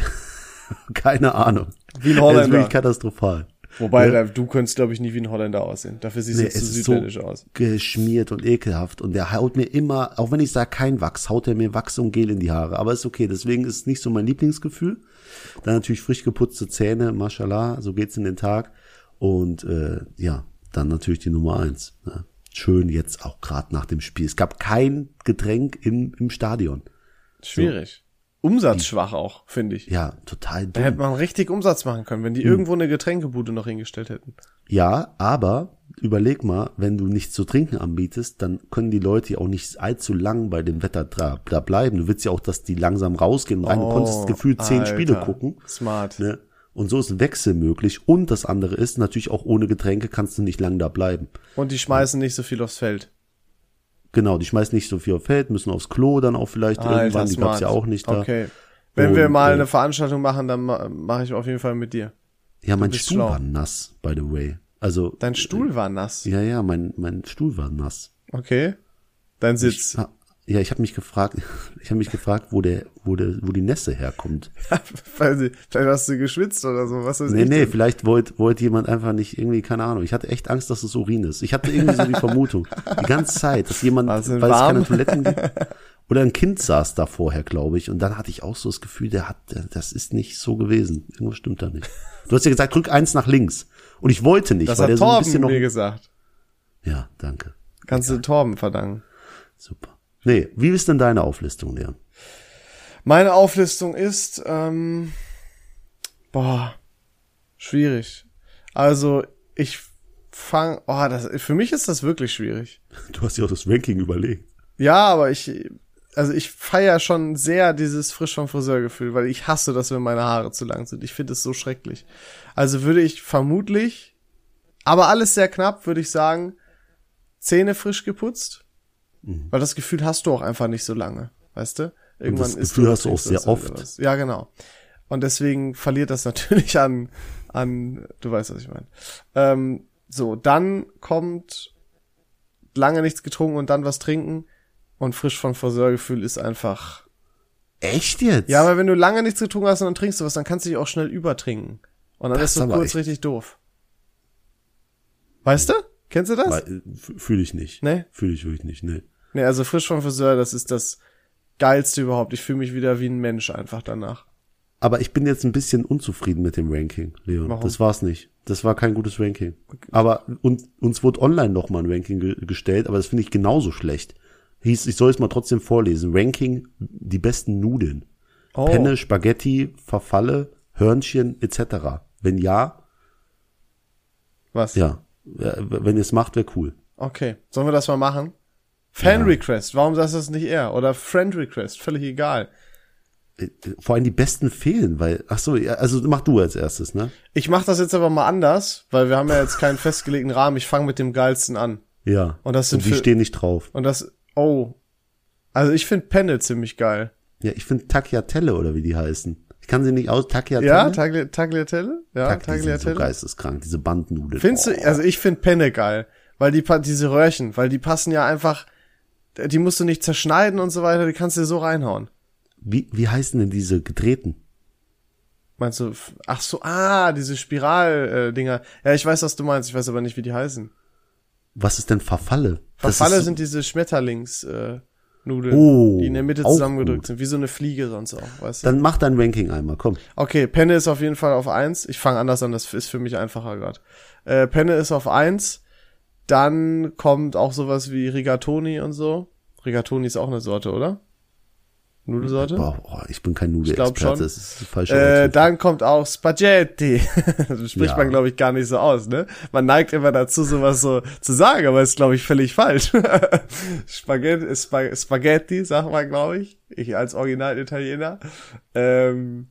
Speaker 2: [LAUGHS] keine Ahnung.
Speaker 1: Wie ein
Speaker 2: Das ist
Speaker 1: Holländer.
Speaker 2: wirklich katastrophal.
Speaker 1: Wobei, da- du könntest, glaube ich, nicht wie ein Holländer aussehen. Dafür siehst du
Speaker 2: Nee,
Speaker 1: jetzt
Speaker 2: es
Speaker 1: zu
Speaker 2: ist so
Speaker 1: südländisch aus.
Speaker 2: geschmiert und ekelhaft und der haut mir immer, auch wenn ich sage kein Wachs, haut er mir Wachs und Gel in die Haare, aber ist okay, deswegen ist es nicht so mein Lieblingsgefühl. Dann natürlich frisch geputzte Zähne, mashallah, so geht's in den Tag und äh, ja, dann natürlich die Nummer eins. Ne? Schön jetzt auch gerade nach dem Spiel. Es gab kein Getränk im, im Stadion.
Speaker 1: Schwierig. Umsatzschwach auch, finde ich.
Speaker 2: Ja, Hm. total
Speaker 1: Da hätte
Speaker 2: dumm.
Speaker 1: man richtig Umsatz machen können, wenn die irgendwo eine Getränkebude noch hingestellt hätten.
Speaker 2: Ja, aber überleg mal, wenn du nichts zu trinken anbietest, dann können die Leute ja auch nicht allzu lang bei dem Wetter da, da bleiben. Du willst ja auch, dass die langsam rausgehen und rein. Du konntest gefühlt zehn
Speaker 1: Oh, Alter.
Speaker 2: Spiele gucken.
Speaker 1: Smart.
Speaker 2: Ne? Und so ist ein Wechsel möglich. Und das andere ist natürlich auch ohne Getränke kannst du nicht lang da bleiben.
Speaker 1: Und die schmeißen nicht so viel aufs Feld.
Speaker 2: Genau, die schmeißen nicht so viel auf Feld, müssen aufs Klo dann auch vielleicht irgendwann. Die gab's ja auch nicht da.
Speaker 1: Okay. Wenn wir
Speaker 2: Und,
Speaker 1: mal
Speaker 2: äh,
Speaker 1: eine Veranstaltung machen, dann ma mache ich auf jeden Fall mit dir.
Speaker 2: Ja, mein
Speaker 1: bist
Speaker 2: Stuhl
Speaker 1: schlau.
Speaker 2: war nass, by the way. Also,
Speaker 1: Dein Stuhl war nass.
Speaker 2: ja, ja, mein, mein Stuhl war nass.
Speaker 1: Okay. Dein Sitz.
Speaker 2: Ah, Ja, ich habe mich gefragt, [LAUGHS] ich habe mich gefragt, wo der, wo der, wo die Nässe herkommt.
Speaker 1: [LAUGHS] Weil sie- Vielleicht hast du geschwitzt oder so. Was ist
Speaker 2: Nee, nee, vielleicht wollte wollt jemand einfach nicht irgendwie, keine Ahnung. Ich hatte echt Angst, dass es Urin ist. Ich hatte irgendwie so die Vermutung, die ganze Zeit, dass jemand,
Speaker 1: War's denn
Speaker 2: weil es keine
Speaker 1: warm?
Speaker 2: Toiletten
Speaker 1: [LAUGHS]
Speaker 2: gibt, oder ein Kind saß da vorher, glaube ich. Und dann hatte ich auch so das Gefühl, der hat, der- das ist nicht so gewesen. Irgendwas stimmt da nicht. Du hast ja gesagt, drück eins nach links. Und ich wollte nicht,
Speaker 1: Das
Speaker 2: weil
Speaker 1: hat
Speaker 2: der so ein
Speaker 1: Torben
Speaker 2: bisschen noch.
Speaker 1: mir gesagt.
Speaker 2: Ja, danke.
Speaker 1: Kannst du Torben verdanken.
Speaker 2: Super. Nee, wie ist denn deine Auflistung, Leon?
Speaker 1: Meine Auflistung ist, ähm, boah, schwierig. Also ich fange, oh, das, für mich ist das wirklich schwierig.
Speaker 2: Du hast ja auch das Ranking überlegt.
Speaker 1: Ja, aber ich, also ich feier schon sehr dieses frisch vom Friseurgefühl, weil ich hasse das, wenn meine Haare zu lang sind. Ich finde es so schrecklich. Also würde ich vermutlich, aber alles sehr knapp, würde ich sagen, Zähne frisch geputzt,
Speaker 2: Mhm.
Speaker 1: weil das Gefühl hast du auch einfach nicht so lange, weißt du? Irgendwann
Speaker 2: das
Speaker 1: ist
Speaker 2: Gefühl hast du auch
Speaker 1: kriegst
Speaker 2: sehr
Speaker 1: das wieder
Speaker 2: oft.
Speaker 1: raus. Ja, genau. Und deswegen verliert das [LAUGHS] natürlich an, an, du weißt, was ich meine. Ähm, so, dann kommt lange nichts getrunken und dann was trinken und frisch vom Friseurgefühl ist einfach.
Speaker 2: Echt jetzt?
Speaker 1: Ja, aber wenn du lange nichts getrunken hast und dann trinkst du was, dann kannst du dich auch schnell übertrinken. Und dann
Speaker 2: Das
Speaker 1: ist so
Speaker 2: aber
Speaker 1: kurz
Speaker 2: echt-
Speaker 1: richtig doof. Weißt du? Kennst du das?
Speaker 2: äh, Fühle ich nicht.
Speaker 1: Nee?
Speaker 2: Fühle ich wirklich nicht, nee.
Speaker 1: Nee, also frisch vom Friseur, das ist das geilste überhaupt. Ich fühle mich wieder wie ein Mensch einfach danach.
Speaker 2: Aber ich bin jetzt ein bisschen unzufrieden mit dem Ranking, Leon.
Speaker 1: Warum?
Speaker 2: Das war's nicht. Das war kein gutes Ranking. Aber und, uns wurde online nochmal ein Ranking ge gestellt, aber das finde ich genauso schlecht. Hieß, ich soll es mal trotzdem vorlesen. Ranking die besten Nudeln.
Speaker 1: Oh.
Speaker 2: Penne, Spaghetti, Verfalle, Hörnchen etc. Wenn ja,
Speaker 1: Was?
Speaker 2: ja. Äh, Wenn ihr es macht, wäre cool.
Speaker 1: Okay. Sollen wir das mal machen? Fan Request, warum sagst du das nicht er? Oder Friend Request, völlig egal.
Speaker 2: Äh, äh, Vor allem die besten fehlen, weil ach so, ja, also mach du als erstes, ne?
Speaker 1: Ich mach das jetzt aber mal anders, weil wir haben ja jetzt keinen festgelegten Rahmen. Ich fange mit dem geilsten an.
Speaker 2: Ja.
Speaker 1: Und das sind
Speaker 2: die
Speaker 1: für-
Speaker 2: stehen nicht drauf.
Speaker 1: Und das, oh. Also ich finde Penne ziemlich geil.
Speaker 2: Ja, ich finde Tagliatelle oder wie die heißen. Ich kann sie nicht aus. Tagliatelle.
Speaker 1: Ja, Tagli Tagliatelle? Ja,
Speaker 2: Tack, die sind so
Speaker 1: Tagliatelle.
Speaker 2: geisteskrank, diese Bandnudeln.
Speaker 1: Findest
Speaker 2: oh.
Speaker 1: du, also ich finde Penne geil, weil die, pa- diese Röhrchen, weil die passen ja einfach, die musst du nicht zerschneiden und so weiter, die kannst du dir so reinhauen.
Speaker 2: Wie, wie heißen denn diese gedrehten?
Speaker 1: Meinst du, f- ach so, ah, diese Spiral-Dinger. Ja, ich weiß, was du meinst, ich weiß aber nicht, wie die heißen.
Speaker 2: Was ist denn Verfalle? Das
Speaker 1: Verfalle
Speaker 2: ist,
Speaker 1: sind diese Schmetterlingsnudeln, äh, Nudeln,
Speaker 2: Oh,
Speaker 1: die in der Mitte
Speaker 2: auch
Speaker 1: zusammengedrückt
Speaker 2: gut.
Speaker 1: sind, wie so eine Fliege sonst auch, weißt du?
Speaker 2: Dann mach dein Ranking einmal, komm.
Speaker 1: Okay, Penne ist auf jeden Fall auf eins. Ich fange anders an, das ist für mich einfacher gerade. Äh, Penne ist auf eins. Dann kommt auch sowas wie Rigatoni und so. Rigatoni ist auch eine Sorte, oder? Nudelsorte?
Speaker 2: Boah, oh, ich bin kein
Speaker 1: glaub schon.
Speaker 2: Nudelexperte, das ist die falsche
Speaker 1: Äh,
Speaker 2: Reaktion.
Speaker 1: dann kommt auch Spaghetti. [LAUGHS] das spricht
Speaker 2: Ja.
Speaker 1: man, glaube ich, gar nicht so aus, ne? Man neigt immer dazu, sowas so zu sagen, aber ist, glaube ich, völlig falsch. [LAUGHS] Spaghetti, äh, Spa- Spaghetti, sagt man, glaube ich. Ich als Original-Italiener. Ähm,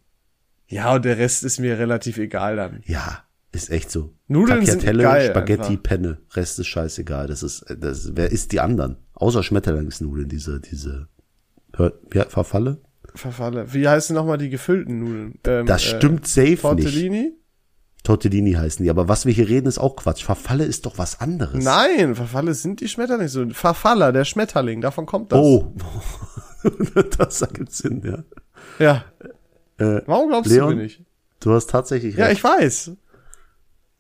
Speaker 1: ja, und der Rest ist mir relativ egal dann.
Speaker 2: Ja, ist echt so.
Speaker 1: Nudeln sind
Speaker 2: Tagliatelle,
Speaker 1: geil
Speaker 2: Spaghetti,
Speaker 1: einfach.
Speaker 2: Penne, Rest ist scheißegal. Das ist, äh, das, wer isst die anderen? Außer Schmetterlingsnudeln, diese, diese, hör, ja, Verfalle?
Speaker 1: Verfalle. Wie heißen nochmal die gefüllten Nudeln? Ähm,
Speaker 2: Das stimmt safe nicht.
Speaker 1: Tortellini?
Speaker 2: Tortellini heißen die, aber was wir hier reden, ist auch Quatsch. Verfalle ist doch was anderes.
Speaker 1: Nein, Verfalle sind die Schmetterlinge. So, Verfaller, der Schmetterling, davon kommt das.
Speaker 2: Oh, [LAUGHS] das ergibt Sinn, ja.
Speaker 1: Ja. Warum glaubst
Speaker 2: Äh, Leon?
Speaker 1: du mir nicht?
Speaker 2: Du hast tatsächlich
Speaker 1: Ja,
Speaker 2: recht.
Speaker 1: ich weiß.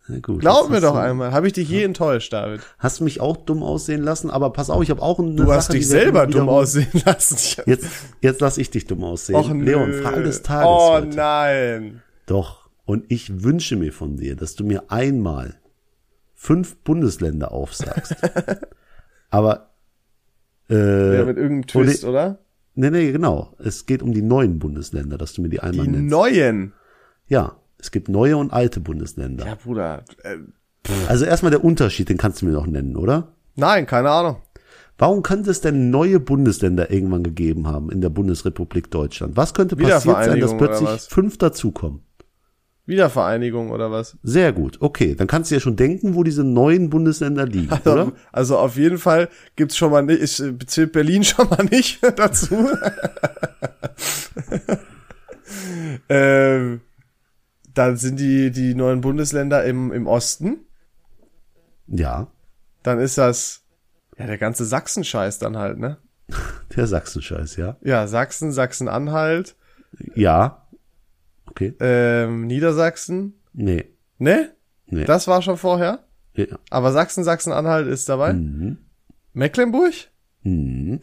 Speaker 2: Na gut,
Speaker 1: Glaub
Speaker 2: das
Speaker 1: mir
Speaker 2: hast
Speaker 1: doch
Speaker 2: du-
Speaker 1: einmal. Habe ich dich je enttäuscht, David?
Speaker 2: Hast mich auch dumm aussehen lassen, aber pass auf, ich habe auch eine
Speaker 1: Du
Speaker 2: Sache,
Speaker 1: hast dich
Speaker 2: die wir
Speaker 1: selber
Speaker 2: immer
Speaker 1: dumm
Speaker 2: wiederholen.
Speaker 1: aussehen lassen.
Speaker 2: Jetzt, jetzt lass ich dich dumm aussehen.
Speaker 1: Och, nö.
Speaker 2: Leon, Frage des Tages.
Speaker 1: Oh
Speaker 2: heute.
Speaker 1: nein.
Speaker 2: Doch. Und ich wünsche mir von dir, dass du mir einmal fünf Bundesländer
Speaker 1: [LAUGHS]
Speaker 2: aufsagst. aber,
Speaker 1: Ja,
Speaker 2: äh,
Speaker 1: mit irgendeinem Twist, oder?
Speaker 2: nee, nee, genau. Es geht um die neuen Bundesländer, dass du mir die einmal
Speaker 1: Die
Speaker 2: nennst.
Speaker 1: neuen.
Speaker 2: Ja, es gibt neue und alte Bundesländer.
Speaker 1: Ja, Bruder. Äh,
Speaker 2: Also erstmal der Unterschied, den kannst du mir noch nennen, oder?
Speaker 1: nein, keine Ahnung.
Speaker 2: Warum könnte es denn neue Bundesländer irgendwann gegeben haben in der Bundesrepublik Deutschland? Was könnte passiert sein, dass
Speaker 1: Wiedervereinigung oder
Speaker 2: plötzlich
Speaker 1: was?
Speaker 2: fünf dazukommen?
Speaker 1: Wiedervereinigung oder was?
Speaker 2: Sehr gut, okay. Dann kannst du ja schon denken, wo diese neuen Bundesländer liegen, oder?
Speaker 1: Also auf jeden Fall gibt's schon mal nicht, ist, äh, zählt Berlin [LAUGHS] schon mal nicht dazu. [LAUGHS] ähm, dann sind die, die neuen Bundesländer im, im Osten.
Speaker 2: Ja,
Speaker 1: Dann ist das, ja, der ganze Sachsen-Scheiß dann halt, ne?
Speaker 2: der Sachsenscheiß, ja.
Speaker 1: Ja, Sachsen, Sachsen-Anhalt,
Speaker 2: Ja. Okay.
Speaker 1: ähm, Niedersachsen,
Speaker 2: Nee.
Speaker 1: ne?
Speaker 2: Nee.
Speaker 1: Das war schon vorher.
Speaker 2: Ja.
Speaker 1: Aber Sachsen, Sachsen-Anhalt ist dabei. Mecklenburg? Ja? Mhm.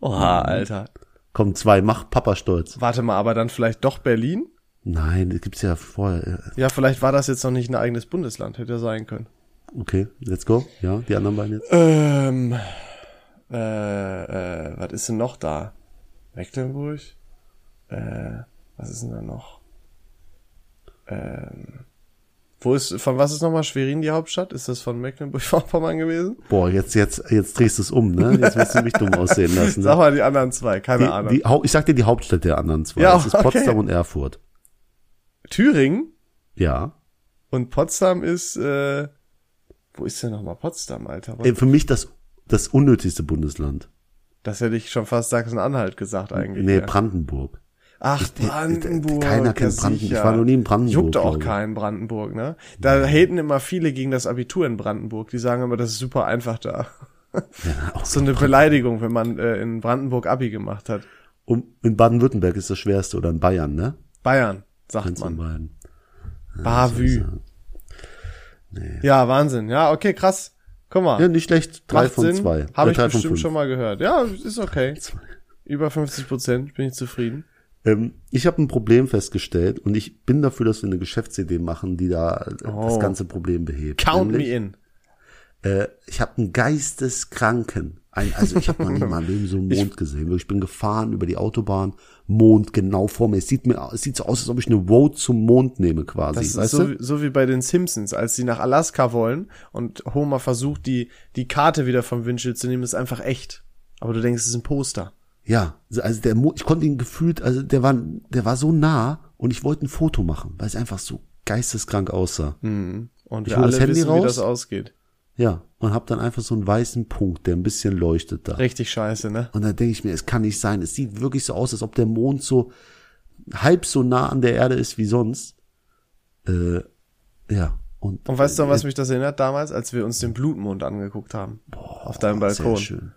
Speaker 1: Oha, Alter.
Speaker 2: Komm, zwei, mach Papa stolz.
Speaker 1: Warte mal, aber dann vielleicht doch Berlin?
Speaker 2: Nein, das gibt's ja vorher.
Speaker 1: Ja, vielleicht war das jetzt noch nicht ein eigenes Bundesland, hätte ja sein können.
Speaker 2: Okay, let's go. Ja, die anderen beiden jetzt.
Speaker 1: Ähm, äh, äh, was ist denn noch da? Mecklenburg? Äh, was ist denn da noch? Ähm, wo ist, von was ist nochmal Schwerin die Hauptstadt? Ist das von [LAUGHS] Mecklenburg-Vorpommern gewesen?
Speaker 2: Boah, jetzt, jetzt, jetzt drehst du es um, ne? Jetzt wirst du mich dumm aussehen
Speaker 1: [LAUGHS]
Speaker 2: lassen.
Speaker 1: Sag
Speaker 2: Ne?
Speaker 1: mal die anderen zwei, keine
Speaker 2: Die,
Speaker 1: Ahnung.
Speaker 2: die, Hau- ich sag dir die Hauptstadt der anderen zwei.
Speaker 1: Ja,
Speaker 2: das ist
Speaker 1: okay.
Speaker 2: Potsdam und Erfurt.
Speaker 1: Thüringen
Speaker 2: Ja.
Speaker 1: und Potsdam ist, äh, wo ist denn nochmal Potsdam, Alter?
Speaker 2: Äh, Für mich das, das unnötigste Bundesland.
Speaker 1: Das hätte ich schon fast Sachsen-Anhalt gesagt eigentlich.
Speaker 2: Nee,
Speaker 1: ja.
Speaker 2: Brandenburg.
Speaker 1: Ach,
Speaker 2: ich-
Speaker 1: Brandenburg.
Speaker 2: keiner kennt
Speaker 1: ja,
Speaker 2: Branden- ich
Speaker 1: sicher.
Speaker 2: war noch nie in Brandenburg,
Speaker 1: Juckt auch
Speaker 2: glaube ich.
Speaker 1: keinen Brandenburg, ne? Da haten immer viele gegen das Abitur in Brandenburg. Die sagen immer, das ist super einfach da. [LAUGHS]
Speaker 2: Auch
Speaker 1: So eine Beleidigung, wenn man äh, in Brandenburg Abi gemacht hat.
Speaker 2: Um, in Baden-Württemberg ist das schwerste oder in Bayern, ne?
Speaker 1: Bayern, sagt
Speaker 2: Eins von
Speaker 1: man.
Speaker 2: beiden.
Speaker 1: Bavü. Ja, Wahnsinn. Ja, okay, krass. Guck mal.
Speaker 2: Ja, nicht schlecht. Drei
Speaker 1: macht
Speaker 2: von
Speaker 1: Sinn.
Speaker 2: zwei.
Speaker 1: Habe
Speaker 2: Äh,
Speaker 1: ich
Speaker 2: drei von
Speaker 1: bestimmt
Speaker 2: fünf.
Speaker 1: schon mal gehört. Ja, ist okay.
Speaker 2: Zwei.
Speaker 1: Über 50 Prozent bin ich zufrieden.
Speaker 2: Ähm, ich habe ein Problem festgestellt und ich bin dafür, dass wir eine Geschäftsidee machen, die da äh, das
Speaker 1: Oh.
Speaker 2: ganze Problem behebt.
Speaker 1: Count
Speaker 2: Nämlich,
Speaker 1: me in.
Speaker 2: Äh, ich habe einen Geisteskranken. Ein, also ich habe noch nie in meinem Leben so
Speaker 1: [LAUGHS]
Speaker 2: einen Mond gesehen. Wirklich, Ich bin gefahren über die Autobahn, Mond genau vor mir. Es sieht mir, es sieht so aus, als ob ich eine Road zum Mond nehme quasi.
Speaker 1: Das ist
Speaker 2: weißt
Speaker 1: so,
Speaker 2: du?
Speaker 1: wie- so wie bei den Simpsons, als sie nach Alaska wollen und Homer versucht, die, die Karte wieder vom Windschild zu nehmen, ist einfach echt. Aber du denkst, es ist ein Poster.
Speaker 2: Ja, also der Mond, ich konnte ihn gefühlt, also der war, der war so nah und ich wollte ein Foto machen, weil es einfach so geisteskrank aussah.
Speaker 1: Hm. Und
Speaker 2: Ich
Speaker 1: wir
Speaker 2: hol
Speaker 1: alle
Speaker 2: das Handy
Speaker 1: wissen,
Speaker 2: raus.
Speaker 1: wie das ausgeht.
Speaker 2: Ja, und habe dann einfach so einen weißen Punkt, der ein bisschen leuchtet da.
Speaker 1: Richtig scheiße, ne?
Speaker 2: Und dann denke ich mir, es kann nicht sein. Es sieht wirklich so aus, als ob der Mond so halb so nah an der Erde ist wie sonst. Äh, ja. Und,
Speaker 1: Und weißt du, an was mich das erinnert damals, als wir uns den Blutmond angeguckt haben? auf deinem Balkon.
Speaker 2: Sehr schön.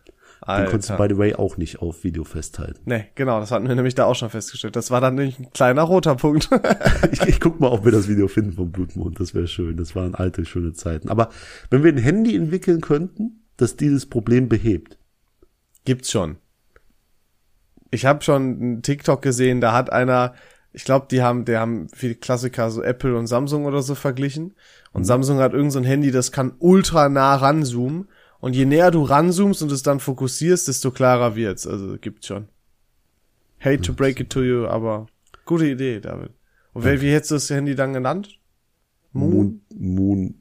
Speaker 2: Den konntest du,
Speaker 1: Alter.
Speaker 2: by the way, auch nicht auf Video festhalten. [LAUGHS]
Speaker 1: Nee, genau, das hatten wir nämlich da auch schon festgestellt. Das war dann nämlich ein kleiner roter Punkt. [LAUGHS]
Speaker 2: Ich, ich guck mal, ob wir das Video finden vom Blutmond. Das wäre schön. Das waren alte, schöne Zeiten. Aber wenn wir ein Handy entwickeln könnten, das dieses Problem behebt.
Speaker 1: Gibt's schon. Ich habe schon einen TikTok gesehen, da hat einer, ich glaube, die haben, die haben viele Klassiker, so Apple und Samsung oder so verglichen. Und Samsung hat irgend so ein Handy, das kann ultra nah ranzoomen. Und je näher du ranzoomst und es dann fokussierst, desto klarer wird's. Also gibt's schon. Hate to break it to you, aber gute Idee, David. Und wer, wie hättest du das Handy dann genannt?
Speaker 2: Moon, Moon,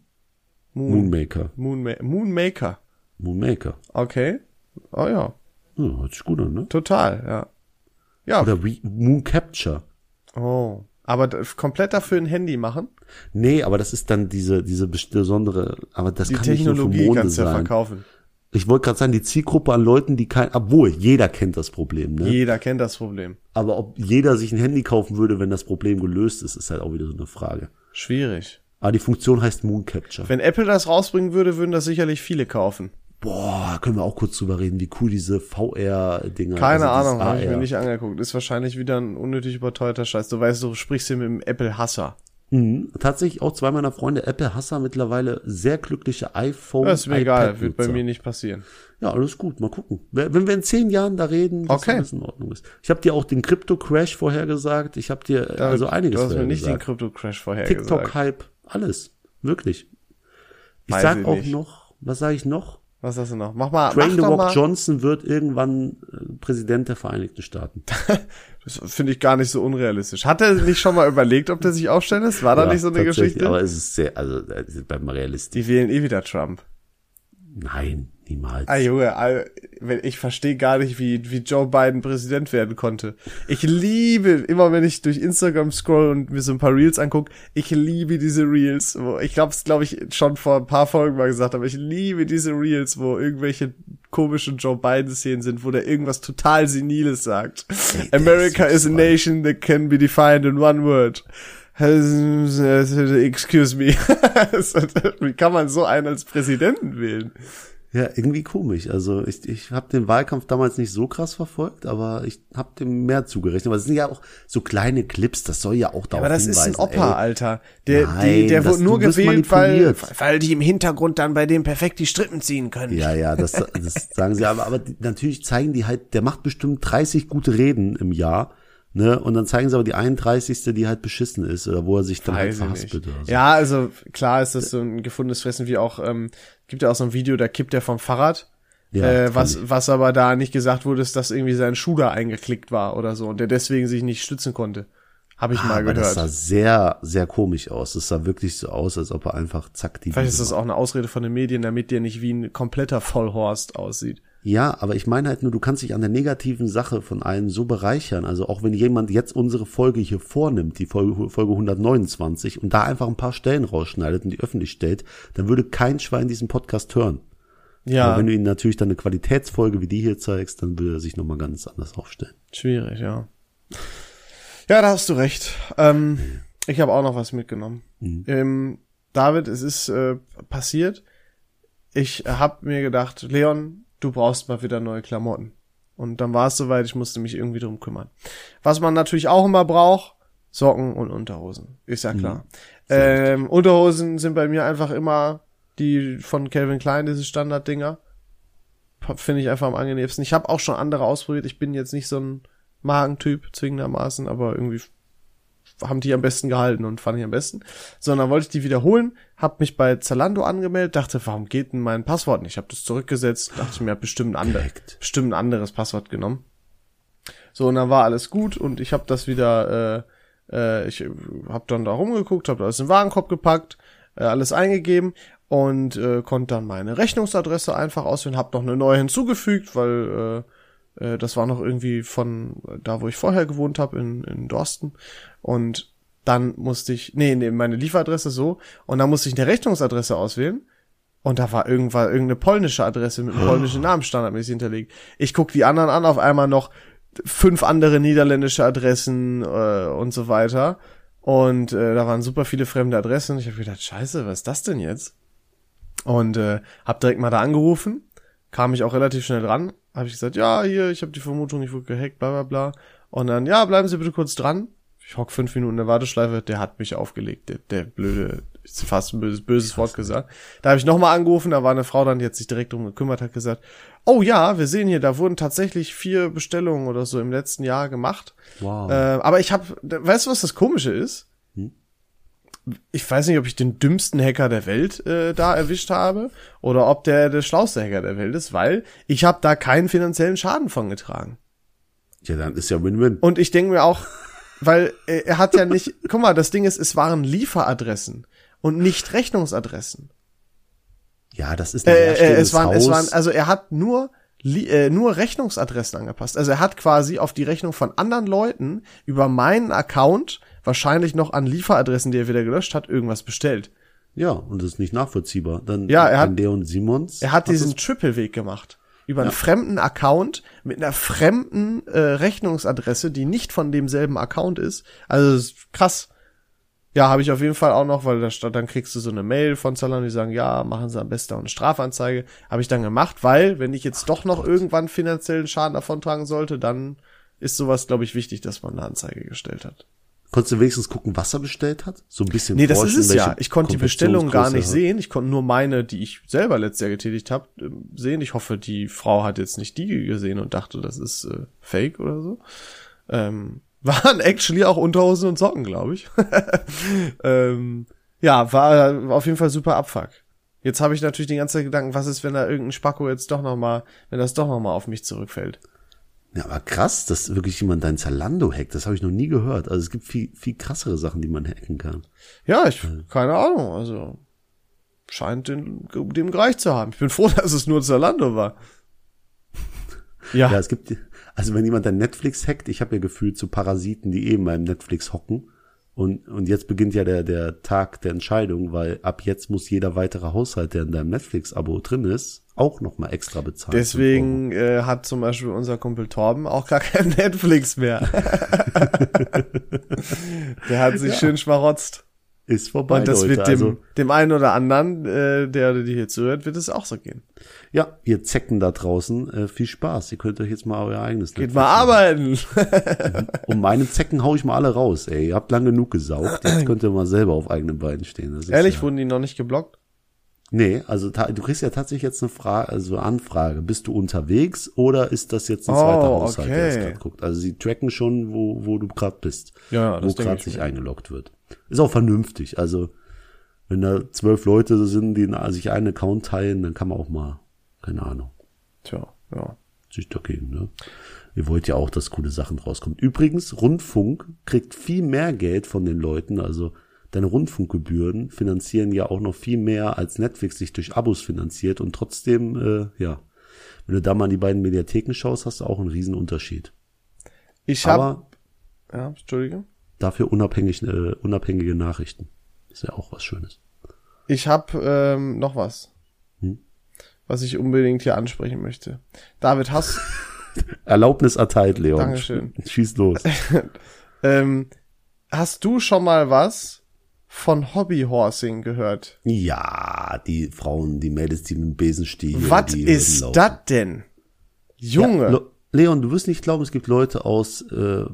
Speaker 2: Moonmaker.
Speaker 1: Moonma Moonmaker.
Speaker 2: Moonmaker.
Speaker 1: Okay. Oh ja,
Speaker 2: Ja, hört sich gut an, ne?
Speaker 1: total, ja. Ja,
Speaker 2: Oder Re Moon Capture.
Speaker 1: Oh. Aber d- komplett dafür ein Handy machen?
Speaker 2: Nee, aber das ist dann diese, diese besondere, aber das
Speaker 1: Die
Speaker 2: kann nicht
Speaker 1: Technologie
Speaker 2: nur für Monde
Speaker 1: kannst du ja
Speaker 2: sein.
Speaker 1: verkaufen.
Speaker 2: ich wollte gerade sagen, die Zielgruppe an Leuten, die kein, obwohl jeder kennt das Problem, ne?
Speaker 1: Jeder kennt das Problem.
Speaker 2: Aber ob jeder sich ein Handy kaufen würde, wenn das Problem gelöst ist, ist halt auch wieder so eine Frage.
Speaker 1: Schwierig.
Speaker 2: Aber die Funktion heißt Moon Capture.
Speaker 1: Wenn Apple das rausbringen würde, würden das sicherlich viele kaufen.
Speaker 2: Boah, können wir auch kurz drüber reden, wie cool diese VR-Dinger
Speaker 1: Keine
Speaker 2: also
Speaker 1: Ahnung, habe ich mir
Speaker 2: AR.
Speaker 1: nicht angeguckt. Ist wahrscheinlich wieder ein unnötig überteuerter Scheiß. Du weißt, du sprichst hier mit dem Apple-Hasser.
Speaker 2: Mhm. Tatsächlich auch zwei meiner Freunde, Apple-Hasser, mittlerweile sehr glückliche iPhone.
Speaker 1: Das ist mir egal, wird bei
Speaker 2: iPad-Nutzer.
Speaker 1: mir nicht passieren.
Speaker 2: Ja, alles gut, mal gucken. Wer- Wenn wir in zehn Jahren da reden, dass
Speaker 1: Okay.
Speaker 2: alles in Ordnung ist. Ich habe dir auch den Krypto-Crash vorhergesagt. Ich habe dir äh, also einiges
Speaker 1: Du hast mir nicht den
Speaker 2: vorhergesagt.
Speaker 1: Crypto-Crash vorher gesagt.
Speaker 2: TikTok-Hype, alles. Wirklich. Ich
Speaker 1: Weiß
Speaker 2: sag
Speaker 1: ich
Speaker 2: auch
Speaker 1: nicht.
Speaker 2: noch, was sage ich noch?
Speaker 1: Was hast du noch? Mach mal, mach
Speaker 2: Dwayne The
Speaker 1: doch
Speaker 2: Rock
Speaker 1: mal.
Speaker 2: Johnson wird irgendwann äh, Präsident der Vereinigten Staaten.
Speaker 1: Das finde ich gar nicht so unrealistisch. Hat er nicht schon mal überlegt, ob der sich aufstellen lässt? War da
Speaker 2: Ja,
Speaker 1: nicht so eine
Speaker 2: tatsächlich,
Speaker 1: Geschichte?
Speaker 2: Aber es ist sehr, also äh, beim Realist.
Speaker 1: Die wählen eh wieder Trump.
Speaker 2: Nein, niemals.
Speaker 1: Ah, Junge, ah, wenn- ich verstehe gar nicht, wie, wie Joe Biden Präsident werden konnte. Ich liebe, immer wenn ich durch Instagram scroll und mir so ein paar Reels angucke, ich liebe diese Reels. Wo, ich glaube, es glaube ich schon vor ein paar Folgen mal gesagt, aber ich liebe diese Reels, wo irgendwelche komischen Joe Biden-Szenen sind, wo der irgendwas total Seniles sagt.
Speaker 2: der
Speaker 1: America
Speaker 2: ist
Speaker 1: is a nation that can be defined in one word. Excuse me. [LAUGHS] Wie kann man so einen als Präsidenten wählen?
Speaker 2: Ja, irgendwie komisch. Also ich, ich habe den Wahlkampf damals nicht so krass verfolgt, aber ich habe dem mehr zugerechnet. Aber es sind ja auch so kleine Clips, das soll ja auch darauf
Speaker 1: Aber das ist
Speaker 2: hinweisen.
Speaker 1: ein Opa,
Speaker 2: ey,
Speaker 1: Alter. Der, die,
Speaker 2: Nein,
Speaker 1: der
Speaker 2: das-
Speaker 1: wurde nur
Speaker 2: du bist
Speaker 1: gewählt, weil,
Speaker 2: manipuliert.
Speaker 1: weil die im Hintergrund dann bei dem perfekt die Strippen ziehen können.
Speaker 2: Ja, ja, das, das sagen sie. Aber, aber die, natürlich zeigen die halt, der macht bestimmt 30 gute Reden im Jahr. Ne? Und dann zeigen sie aber die 31. die halt beschissen ist oder wo er sich dann halt
Speaker 1: Weiß ich nicht.
Speaker 2: verhaspelt. Oder so.
Speaker 1: Ja, also klar ist das so ein gefundenes Fressen, wie auch, ähm, gibt ja auch so ein Video, da kippt er vom Fahrrad. Ja, äh, was, ich. was aber da nicht gesagt wurde, ist, dass irgendwie sein Schuh da eingeklickt war oder so und der deswegen sich nicht stützen konnte. Habe ich ah, mal gehört. Das
Speaker 2: sah sehr, sehr komisch aus. Das sah wirklich so aus, als ob er einfach zack
Speaker 1: die. Vielleicht Wiese ist das war. auch eine Ausrede von den Medien, damit der nicht wie ein kompletter Vollhorst aussieht.
Speaker 2: Ja, aber ich meine halt nur, du kannst dich an der negativen Sache von einem so bereichern. Also auch wenn jemand jetzt unsere Folge hier vornimmt, die Folge, Folge 129, und da einfach ein paar Stellen rausschneidet und die öffentlich stellt, dann würde kein Schwein diesen Podcast hören. Ja. Aber wenn du ihm natürlich dann eine Qualitätsfolge wie die hier zeigst, dann würde er sich nochmal ganz anders aufstellen.
Speaker 1: Schwierig, ja. Ja, da hast du recht. Ähm, ich habe auch noch was mitgenommen. Mhm. Ähm, David, es ist äh, passiert. Ich habe mir gedacht, Leon, du brauchst mal wieder neue Klamotten. Und dann war es soweit, ich musste mich irgendwie drum kümmern. Was man natürlich auch immer braucht, Socken und Unterhosen. Ist ja klar. Mhm. Ähm, Unterhosen sind bei mir einfach immer die von Calvin Klein, diese Standarddinger. Finde ich einfach am angenehmsten. Ich habe auch schon andere ausprobiert. Ich bin jetzt nicht so ein Magentyp zwingendermaßen, aber irgendwie haben die am besten gehalten und fand ich am besten. Sondern wollte ich die wiederholen, habe mich bei Zalando angemeldet, dachte, warum geht denn mein Passwort nicht? Ich habe das zurückgesetzt, dachte mir, bestimmt ein, ander, bestimmt ein anderes Passwort genommen. So, und dann war alles gut und ich habe das wieder, äh, äh, ich habe dann da rumgeguckt, habe alles in den Warenkorb gepackt, äh, alles eingegeben und äh, konnte dann meine Rechnungsadresse einfach auswählen, habe noch eine neue hinzugefügt, weil äh, das war noch irgendwie von da, wo ich vorher gewohnt habe, in, in Dorsten. Und dann musste ich, nee, nee, meine Lieferadresse so. Und dann musste ich eine Rechnungsadresse auswählen. Und da war irgendwann irgendeine polnische Adresse mit einem polnischen Namen standardmäßig hinterlegt. Ich guck die anderen an, auf einmal noch fünf andere niederländische Adressen äh, und so weiter. Und äh, da waren super viele fremde Adressen. Ich habe gedacht, scheiße, was ist das denn jetzt? Und äh, habe direkt mal da angerufen kam ich auch relativ schnell dran. Habe ich gesagt, ja, hier, ich habe die Vermutung, ich wurde gehackt, bla bla bla. Und dann, ja, bleiben Sie bitte kurz dran. Ich hock fünf Minuten in der Warteschleife, der hat mich aufgelegt, der, der blöde, ist fast ein böses, böses Wort gesagt. Da habe ich nochmal angerufen, da war eine Frau dann, die hat sich direkt drum gekümmert, hat gesagt, oh ja, wir sehen hier, da wurden tatsächlich vier Bestellungen oder so im letzten Jahr gemacht. Wow. Äh, aber ich habe, weißt du, was das Komische ist? Hm? ich weiß nicht, ob ich den dümmsten Hacker der Welt äh, da erwischt habe oder ob der der schlauste Hacker der Welt ist, weil ich habe da keinen finanziellen Schaden von getragen.
Speaker 2: Ja, dann ist ja Win-Win.
Speaker 1: Und ich denke mir auch, weil äh, er hat ja nicht, guck mal, das Ding ist, es waren Lieferadressen und nicht Rechnungsadressen.
Speaker 2: Ja, das ist
Speaker 1: ein äh, es waren, Haus. es waren, also er hat nur äh, nur Rechnungsadressen angepasst. Also er hat quasi auf die Rechnung von anderen Leuten über meinen Account wahrscheinlich noch an Lieferadressen, die er wieder gelöscht hat, irgendwas bestellt.
Speaker 2: Ja, und das ist nicht nachvollziehbar. Dann
Speaker 1: ja, er hat,
Speaker 2: Leon Simons.
Speaker 1: Er hat diesen Triple-Weg gemacht. Über ja. einen fremden Account mit einer fremden äh, Rechnungsadresse, die nicht von demselben Account ist. Also ist krass. Ja, habe ich auf jeden Fall auch noch, weil da stand, dann kriegst du so eine Mail von Zalando, die sagen, ja, machen sie am besten auch eine Strafanzeige. Habe ich dann gemacht, weil, wenn ich jetzt Ach, doch noch Gott. irgendwann finanziellen Schaden davontragen sollte, dann ist sowas, glaube ich, wichtig, dass man eine Anzeige gestellt hat.
Speaker 2: Konntest du wenigstens gucken, was er bestellt hat? So ein bisschen.
Speaker 1: Nee, das ist es ja. Ich konnte die Bestellung gar nicht sehen. Ich konnte nur meine, die ich selber letztes Jahr getätigt habe, sehen. Ich hoffe, die Frau hat jetzt nicht die gesehen und dachte, das ist äh, fake oder so. Ähm, [LAUGHS] waren actually auch Unterhosen und Socken, glaube ich. [LAUGHS] ähm, ja, war auf jeden Fall super Abfuck. Jetzt habe ich natürlich den ganzen Gedanken, was ist, wenn da irgendein Spacko jetzt doch noch mal, wenn das doch noch mal auf mich zurückfällt.
Speaker 2: Ja, aber krass, dass wirklich jemand dein Zalando hackt. Das habe ich noch nie gehört. Also es gibt viel, viel krassere Sachen, die man hacken kann.
Speaker 1: Ja, ich, keine Ahnung. Also scheint den, dem gereicht zu haben. Ich bin froh, [LAUGHS] dass es nur Zalando [LAUGHS] war.
Speaker 2: Ja. ja, es gibt, also wenn jemand dein Netflix hackt, ich habe ja gefühlt zu so Parasiten, die eben beim Netflix hocken. Und, und jetzt beginnt ja der, der Tag der Entscheidung, weil ab jetzt muss jeder weitere Haushalt, der in deinem Netflix-Abo drin ist, auch nochmal extra bezahlt.
Speaker 1: Deswegen äh, hat zum Beispiel unser Kumpel Torben auch gar kein [LAUGHS] Netflix mehr. der hat sich ja. schön schmarotzt.
Speaker 2: Ist vorbei.
Speaker 1: Und das
Speaker 2: Leute.
Speaker 1: wird dem, also, dem einen oder anderen, äh, der oder die hier zuhört, wird es auch so gehen.
Speaker 2: Ja, ihr Zecken da draußen, äh, viel Spaß. Ihr könnt euch jetzt mal euer eigenes
Speaker 1: Geht Netflix mal [LAUGHS] arbeiten.
Speaker 2: um meine Zecken hau ich mal alle raus, ey. Ihr habt lang genug gesaugt. Jetzt könnt ihr mal selber auf eigenen Beinen stehen.
Speaker 1: Ehrlich, ja, wurden die noch nicht geblockt?
Speaker 2: Nee, also du kriegst ja tatsächlich jetzt eine Frage, also Anfrage, bist du unterwegs oder ist das jetzt ein zweiter oh, Haushalt, okay. der das gerade guckt? Also sie tracken schon, wo, wo du gerade bist,
Speaker 1: ja,
Speaker 2: wo gerade sich eingeloggt wird. Ist auch vernünftig, also wenn da zwölf Leute sind, die sich einen Account teilen, dann kann man auch mal, keine Ahnung,
Speaker 1: Tja, ja.
Speaker 2: Sich dagegen, ne? Ihr wollt ja auch, dass coole Sachen rauskommen. Übrigens, Rundfunk kriegt viel mehr Geld von den Leuten, also deine Rundfunkgebühren finanzieren ja auch noch viel mehr, als Netflix sich durch Abos finanziert und trotzdem, äh, ja, wenn du da mal in die beiden Mediatheken schaust, hast du auch einen riesen Unterschied.
Speaker 1: Ich habe
Speaker 2: Aber
Speaker 1: ja, Entschuldigung.
Speaker 2: dafür unabhängig, äh, unabhängige Nachrichten. Ist ja auch was Schönes.
Speaker 1: Ich habe ähm, noch was,
Speaker 2: Hm?
Speaker 1: was ich unbedingt hier ansprechen möchte. David, hast [LAUGHS]
Speaker 2: Erlaubnis erteilt, Leon.
Speaker 1: Dankeschön.
Speaker 2: [LAUGHS] Schieß los.
Speaker 1: ähm, hast du schon mal was von Hobbyhorsing gehört?
Speaker 2: Ja, die Frauen, die Mädels, die mit dem Besenstiel. über
Speaker 1: Was
Speaker 2: die Hürden
Speaker 1: ist
Speaker 2: laufen.
Speaker 1: das denn?
Speaker 2: Ja,
Speaker 1: Junge,
Speaker 2: Le- Leon, du wirst nicht glauben, es gibt Leute aus äh,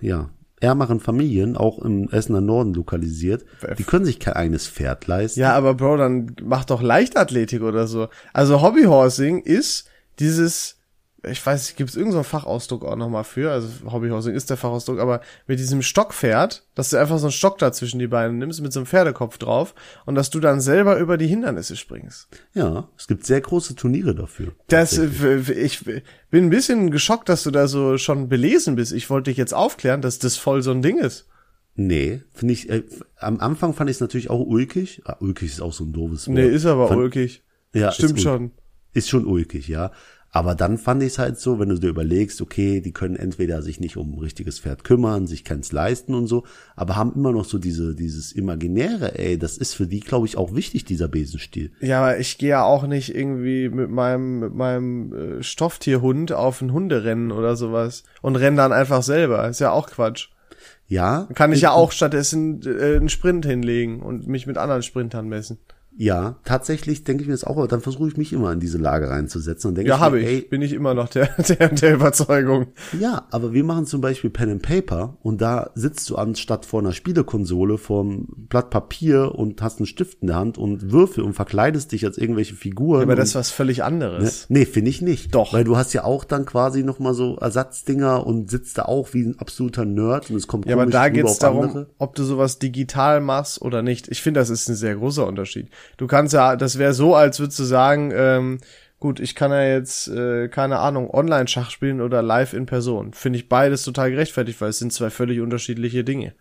Speaker 2: ja, ärmeren Familien, auch im Essener Norden lokalisiert, die können sich kein eigenes Pferd leisten.
Speaker 1: Ja, aber Bro, dann mach doch Leichtathletik oder so. Also Hobbyhorsing ist dieses, ich weiß nicht, gibt es irgendeinen Fachausdruck auch nochmal für? Also Hobbyhorsing ist der Fachausdruck, aber mit diesem Stockpferd, dass du einfach so einen Stock da zwischen die Beine nimmst, mit so einem Pferdekopf drauf und dass du dann selber über die Hindernisse springst.
Speaker 2: Ja, es gibt sehr große Turniere dafür.
Speaker 1: Das, äh, ich bin ein bisschen geschockt, dass du da so schon belesen bist. Ich wollte dich jetzt aufklären, dass das voll so ein Ding ist.
Speaker 2: Nee, finde ich, äh, f- am Anfang fand ich es natürlich auch ulkig. Ah, ulkig ist auch so ein doofes Wort.
Speaker 1: Nee, ist aber
Speaker 2: Fand-
Speaker 1: ulkig.
Speaker 2: Ja, ist
Speaker 1: Stimmt
Speaker 2: ulkig.
Speaker 1: schon.
Speaker 2: Ist schon ulkig, ja. Aber dann fand ich es halt so, wenn du dir überlegst, okay, die können entweder sich nicht um ein richtiges Pferd kümmern, sich keins leisten und so, aber haben immer noch so diese, dieses Imaginäre, ey, das ist für die, glaube ich, auch wichtig, dieser Besenstiel.
Speaker 1: Ja, aber ich gehe ja auch nicht irgendwie mit meinem, mit meinem äh, Stofftierhund auf ein Hunderennen oder sowas und renn dann einfach selber. Ist ja auch Quatsch.
Speaker 2: Ja.
Speaker 1: Kann ich ja auch stattdessen äh, einen Sprint hinlegen und mich mit anderen Sprintern messen.
Speaker 2: Ja, tatsächlich denke ich mir das auch, aber dann versuche ich mich immer in diese Lage reinzusetzen und denke
Speaker 1: Ja,
Speaker 2: ich mir,
Speaker 1: habe
Speaker 2: ey,
Speaker 1: ich. Bin ich immer noch der, [LAUGHS] der, der Überzeugung.
Speaker 2: Ja, aber wir machen zum Beispiel Pen and Paper und da sitzt du anstatt vor einer Spielekonsole vorm Blatt Papier und hast einen Stift in der Hand und Würfel und verkleidest dich als irgendwelche Figuren.
Speaker 1: Aber das ist
Speaker 2: und,
Speaker 1: was völlig anderes.
Speaker 2: nee, finde ich nicht.
Speaker 1: Doch.
Speaker 2: Weil du hast ja auch dann quasi nochmal so Ersatzdinger und sitzt da auch wie ein absoluter Nerd und es kommt
Speaker 1: Ja, aber
Speaker 2: komisch
Speaker 1: da
Speaker 2: rüber
Speaker 1: geht's
Speaker 2: auf
Speaker 1: darum,
Speaker 2: andere.
Speaker 1: ob du sowas digital machst oder nicht. Ich finde, das ist ein sehr großer Unterschied. Du kannst ja, das wäre so, als würdest du sagen, ähm, gut, ich kann ja jetzt, äh, keine Ahnung, Online-Schach spielen oder live in Person. Finde ich beides total gerechtfertigt, weil es sind zwei völlig unterschiedliche Dinge.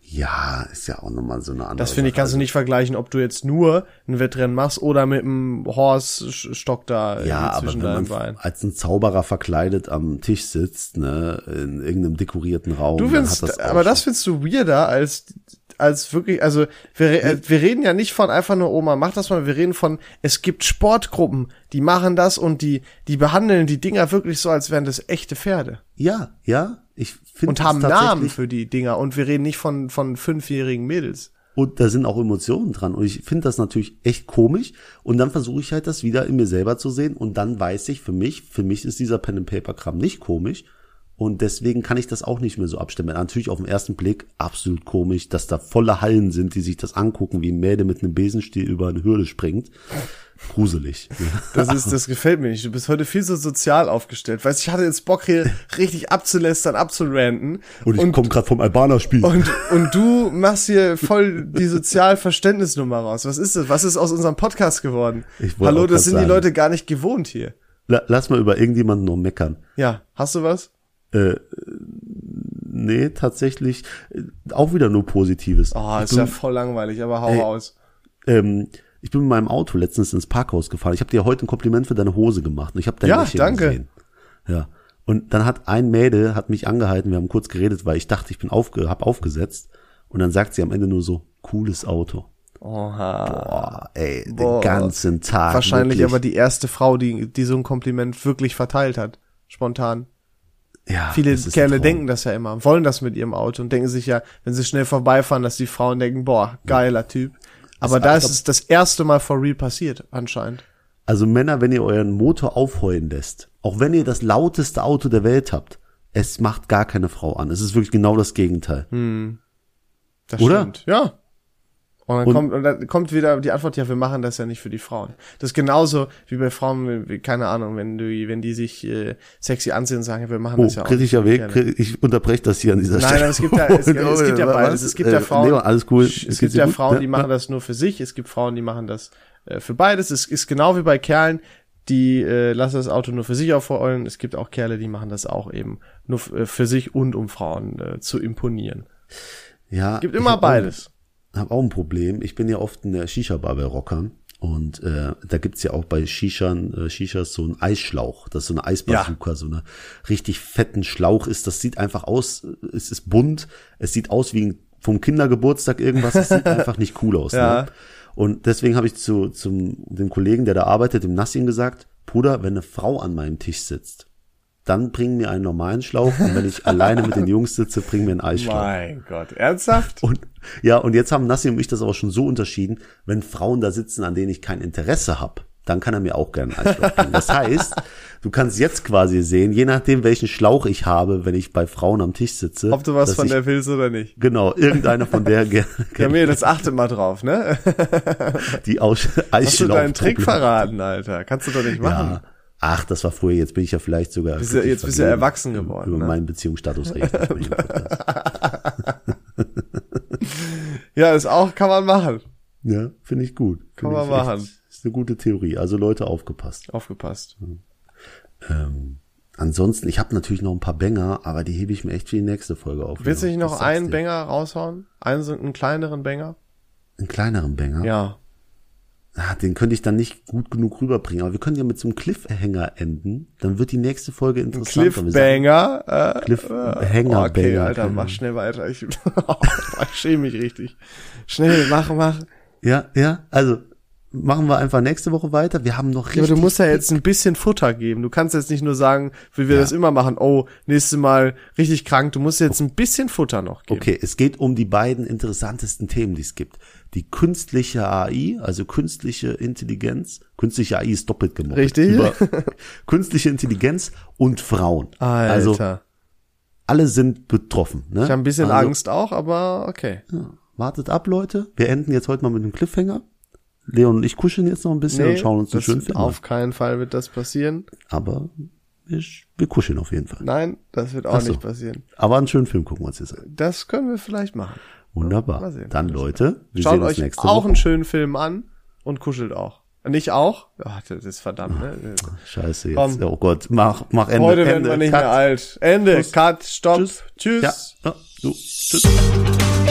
Speaker 2: Ja, ist ja also- auch nochmal so eine andere
Speaker 1: Das finde ich, kannst du nicht vergleichen, ob du jetzt nur ein Wettrennen machst oder mit einem Horse-Stock da irgendwie
Speaker 2: Also, Ja, aber wenn
Speaker 1: zwischen
Speaker 2: man
Speaker 1: deinen Beinen.
Speaker 2: als ein Zauberer verkleidet am Tisch sitzt, ne, in irgendeinem dekorierten Raum,
Speaker 1: Du findest,
Speaker 2: dann hat das auch
Speaker 1: aber
Speaker 2: schon-
Speaker 1: das findest du weirder als, als wirklich, also wir, re- äh, wir reden ja nicht von einfach nur Oma, mach das mal, wir reden von, es gibt Sportgruppen, die machen das und die, die behandeln die Dinger wirklich so, als wären das echte Pferde.
Speaker 2: Ja, ja, ich finde
Speaker 1: Und haben Namen für die Dinger und wir reden nicht von, von fünfjährigen Mädels.
Speaker 2: Und da sind auch Emotionen dran. Und ich finde das natürlich echt komisch. Und dann versuche ich halt, das wieder in mir selber zu sehen. Und dann weiß ich für mich, für mich ist dieser Pen and Paper Kram nicht komisch. Und deswegen kann ich das auch nicht mehr so abstimmen. Natürlich auf den ersten Blick absolut komisch, dass da volle Hallen sind, die sich das angucken, wie ein Mädel mit einem Besenstiel über eine Hürde springt.
Speaker 1: [LAUGHS]
Speaker 2: Gruselig.
Speaker 1: Das ist, das gefällt mir nicht. Du bist heute viel so sozial aufgestellt. Weißt, ich hatte jetzt Bock hier [LAUGHS] richtig abzulästern, abzuranten.
Speaker 2: Und ich komme gerade vom Albaner-Spiel.
Speaker 1: Und, und du machst hier voll die Sozialverständnisnummer raus. Was ist das? Was ist aus unserem Podcast geworden?
Speaker 2: Ich wollte
Speaker 1: Hallo,
Speaker 2: auch grad
Speaker 1: das sind die
Speaker 2: sagen.
Speaker 1: Leute gar nicht gewohnt hier.
Speaker 2: La- Lass mal über irgendjemanden noch meckern.
Speaker 1: Ja, hast du was?
Speaker 2: Nee, tatsächlich äh, auch wieder nur Positives.
Speaker 1: Oh,
Speaker 2: Ich
Speaker 1: ist
Speaker 2: bin-
Speaker 1: ja voll langweilig, aber hau raus.
Speaker 2: ähm, ich bin mit meinem Auto letztens ins Parkhaus gefahren. Ich habe dir heute ein Kompliment für deine Hose gemacht und ich habe dein
Speaker 1: Ja,
Speaker 2: Lächeln
Speaker 1: danke.
Speaker 2: gesehen. Ja. Und dann hat ein Mädel hat mich angehalten, wir haben kurz geredet, weil ich dachte, ich bin aufge hab aufgesetzt und dann sagt sie am Ende nur so cooles Auto.
Speaker 1: Oha.
Speaker 2: Boah, ey,
Speaker 1: Boah.
Speaker 2: den ganzen Tag.
Speaker 1: Wahrscheinlich
Speaker 2: wirklich.
Speaker 1: aber die erste Frau, die, die so ein Kompliment wirklich verteilt hat. Spontan.
Speaker 2: ja,
Speaker 1: Viele
Speaker 2: das ist ein
Speaker 1: Kerle
Speaker 2: Traum.
Speaker 1: denken das ja immer, wollen das mit ihrem Auto und denken sich ja, wenn sie schnell vorbeifahren, dass die Frauen denken, boah, geiler Typ. Aber da ist es das erste Mal for real passiert, anscheinend.
Speaker 2: Also Männer, wenn ihr euren Motor aufheulen lässt, auch wenn ihr das lauteste Auto der Welt habt, es macht gar keine Frau an. Es ist wirklich genau das Gegenteil.
Speaker 1: Das
Speaker 2: Oder?
Speaker 1: stimmt. Ja. Und dann, kommt, und dann kommt wieder die Antwort, ja, wir machen das ja nicht für die Frauen. Das ist genauso wie bei Frauen, wenn- wie, keine Ahnung, wenn du, wenn die sich äh, sexy anziehen und sagen, ja, wir machen
Speaker 2: Oh,
Speaker 1: das ja auch.
Speaker 2: kritischer
Speaker 1: nicht für die
Speaker 2: Weg,
Speaker 1: Kerle.
Speaker 2: kri- ich unterbreche das hier an dieser
Speaker 1: Nein,
Speaker 2: Stelle.
Speaker 1: aber es gibt
Speaker 2: [LAUGHS]
Speaker 1: ja, es, gibt- es gibt ja
Speaker 2: Was?
Speaker 1: beides. Es gibt ja
Speaker 2: Äh,
Speaker 1: Frauen,
Speaker 2: Leon, alles cool.
Speaker 1: Sch- es
Speaker 2: Geht's
Speaker 1: gibt
Speaker 2: dir
Speaker 1: ja
Speaker 2: gut?
Speaker 1: Frauen, die
Speaker 2: Ja.
Speaker 1: machen das nur für sich. Es gibt Frauen, die machen das äh, für beides. Es ist genau wie bei Kerlen. die äh, lassen das Auto nur für sich aufrollen. Es gibt auch Kerle, die machen das auch eben nur f- äh, für sich und um Frauen äh, zu imponieren.
Speaker 2: Ja,
Speaker 1: Gibt
Speaker 2: ich
Speaker 1: immer
Speaker 2: hab
Speaker 1: beides.
Speaker 2: Auch, hab auch ein Problem. Ich bin ja oft in der Shisha-Bar bei Rockern. Und äh, da gibt's ja auch bei Shishan, äh, Shishas so einen Eisschlauch. Das ist so eine Eisbazooka, so eine richtig fetten Schlauch ist. Das sieht einfach aus, äh, es ist bunt, es sieht aus wie ein, vom Kindergeburtstag irgendwas. Es sieht einfach nicht cool aus.
Speaker 1: Ja.
Speaker 2: Ne? Und deswegen habe ich zu zum, dem Kollegen, der da arbeitet, dem Nassim gesagt, Bruder, wenn eine Frau an meinem Tisch sitzt, dann bring mir einen normalen Schlauch. Und wenn ich alleine mit den Jungs sitze, bring mir einen Eisschlauch.
Speaker 1: Mein Gott, ernsthaft?
Speaker 2: Und ja, und jetzt haben Nassim und ich das aber schon so unterschieden, wenn Frauen da sitzen, an denen ich kein Interesse habe, dann kann er mir auch gerne einen Eisschlauch geben. Das heißt, du kannst jetzt quasi sehen, je nachdem, welchen Schlauch ich habe, wenn ich bei Frauen am Tisch sitze.
Speaker 1: Ob du was
Speaker 2: dass
Speaker 1: von
Speaker 2: ich,
Speaker 1: der willst oder nicht.
Speaker 2: Genau, irgendeiner
Speaker 1: [LAUGHS]
Speaker 2: von der gerne
Speaker 1: Kamil, das achte mal drauf,
Speaker 2: [LAUGHS]
Speaker 1: ne?
Speaker 2: die Aus
Speaker 1: Hast du
Speaker 2: Eisschlauch.
Speaker 1: deinen Trick verraten, Alter? Kannst du doch nicht machen.
Speaker 2: Genau, Ja. Ach, das war früher, jetzt bin ich ja vielleicht sogar.
Speaker 1: ja-
Speaker 2: glücklich
Speaker 1: jetzt bist du ja
Speaker 2: vergeben.
Speaker 1: erwachsen geworden,
Speaker 2: Über
Speaker 1: ne?
Speaker 2: meinen Beziehungsstatus rede ich nicht mehr hier
Speaker 1: [LAUGHS]
Speaker 2: im Podcast.
Speaker 1: Ja, ist auch, kann man machen.
Speaker 2: Ja, finde ich gut. Find
Speaker 1: Kann man
Speaker 2: ich
Speaker 1: machen.
Speaker 2: Ist eine gute Theorie. Also Leute, aufgepasst.
Speaker 1: Aufgepasst.
Speaker 2: Ähm, ansonsten, ich habe natürlich noch ein paar Bänger, aber die hebe ich mir echt für die nächste Folge auf.
Speaker 1: Willst du
Speaker 2: Ja,
Speaker 1: nicht
Speaker 2: das
Speaker 1: noch
Speaker 2: sag's
Speaker 1: einen
Speaker 2: dir.
Speaker 1: Banger raushauen? Einen, so einen kleineren Banger?
Speaker 2: Einen kleineren Bänger?
Speaker 1: Ja.
Speaker 2: Ah, den könnte ich dann nicht gut genug rüberbringen, aber wir können ja mit so einem Cliffhanger enden. Dann wird die nächste Folge interessanter. Wir sagen,
Speaker 1: Cliffbanger? Äh,
Speaker 2: Cliffhanger
Speaker 1: okay,
Speaker 2: Banger.
Speaker 1: Alter, mach schnell weiter. Ich, [LAUGHS] Oh, ich schäme mich richtig. Schnell, mach, mach.
Speaker 2: Ja, ja, also machen wir einfach nächste Woche weiter. Wir haben noch richtig.
Speaker 1: Ja, aber du musst ja jetzt ein bisschen Futter geben. Du kannst jetzt nicht nur sagen, wie wir das immer machen, oh, nächstes Mal richtig krank. Du musst jetzt ein bisschen Futter noch geben.
Speaker 2: Okay, es geht um die beiden interessantesten Themen, die es gibt. Die künstliche AI, also künstliche Intelligenz. Künstliche AI ist doppelt gemobbt.
Speaker 1: Richtig.
Speaker 2: [LAUGHS] künstliche Intelligenz und Frauen.
Speaker 1: Alter.
Speaker 2: Also alle sind betroffen. Ne?
Speaker 1: ich habe ein bisschen
Speaker 2: also,
Speaker 1: Angst auch, aber okay.
Speaker 2: Ja, wartet ab, Leute. Wir enden jetzt heute mal mit einem Cliffhanger. Leon und ich kuscheln jetzt noch ein bisschen und schauen uns einen
Speaker 1: das
Speaker 2: schönen Film an.
Speaker 1: auf keinen Fall wird das passieren.
Speaker 2: Aber wir, wir kuscheln auf jeden Fall.
Speaker 1: Nein, das wird auch
Speaker 2: so.
Speaker 1: nicht passieren.
Speaker 2: Aber einen schönen Film gucken wir uns jetzt an.
Speaker 1: Das können wir vielleicht machen. Mal
Speaker 2: Wunderbar.
Speaker 1: sehen.
Speaker 2: Dann, Leute, wir
Speaker 1: Schaut
Speaker 2: sehen uns
Speaker 1: euch
Speaker 2: nächste
Speaker 1: auch
Speaker 2: Woche.
Speaker 1: einen schönen Film an und kuschelt auch. Nicht auch? Ach, das ist verdammt, ne?
Speaker 2: Scheiße
Speaker 1: Komm.
Speaker 2: jetzt. Oh Gott, mach, mach Ende.
Speaker 1: Heute
Speaker 2: Ende.
Speaker 1: werden wir nicht
Speaker 2: Cut.
Speaker 1: mehr alt. Ende,
Speaker 2: Schluss.
Speaker 1: Cut, Stopp.
Speaker 2: Tschüss.
Speaker 1: Tschüss.
Speaker 2: Ja. ja. Du. Tschüss.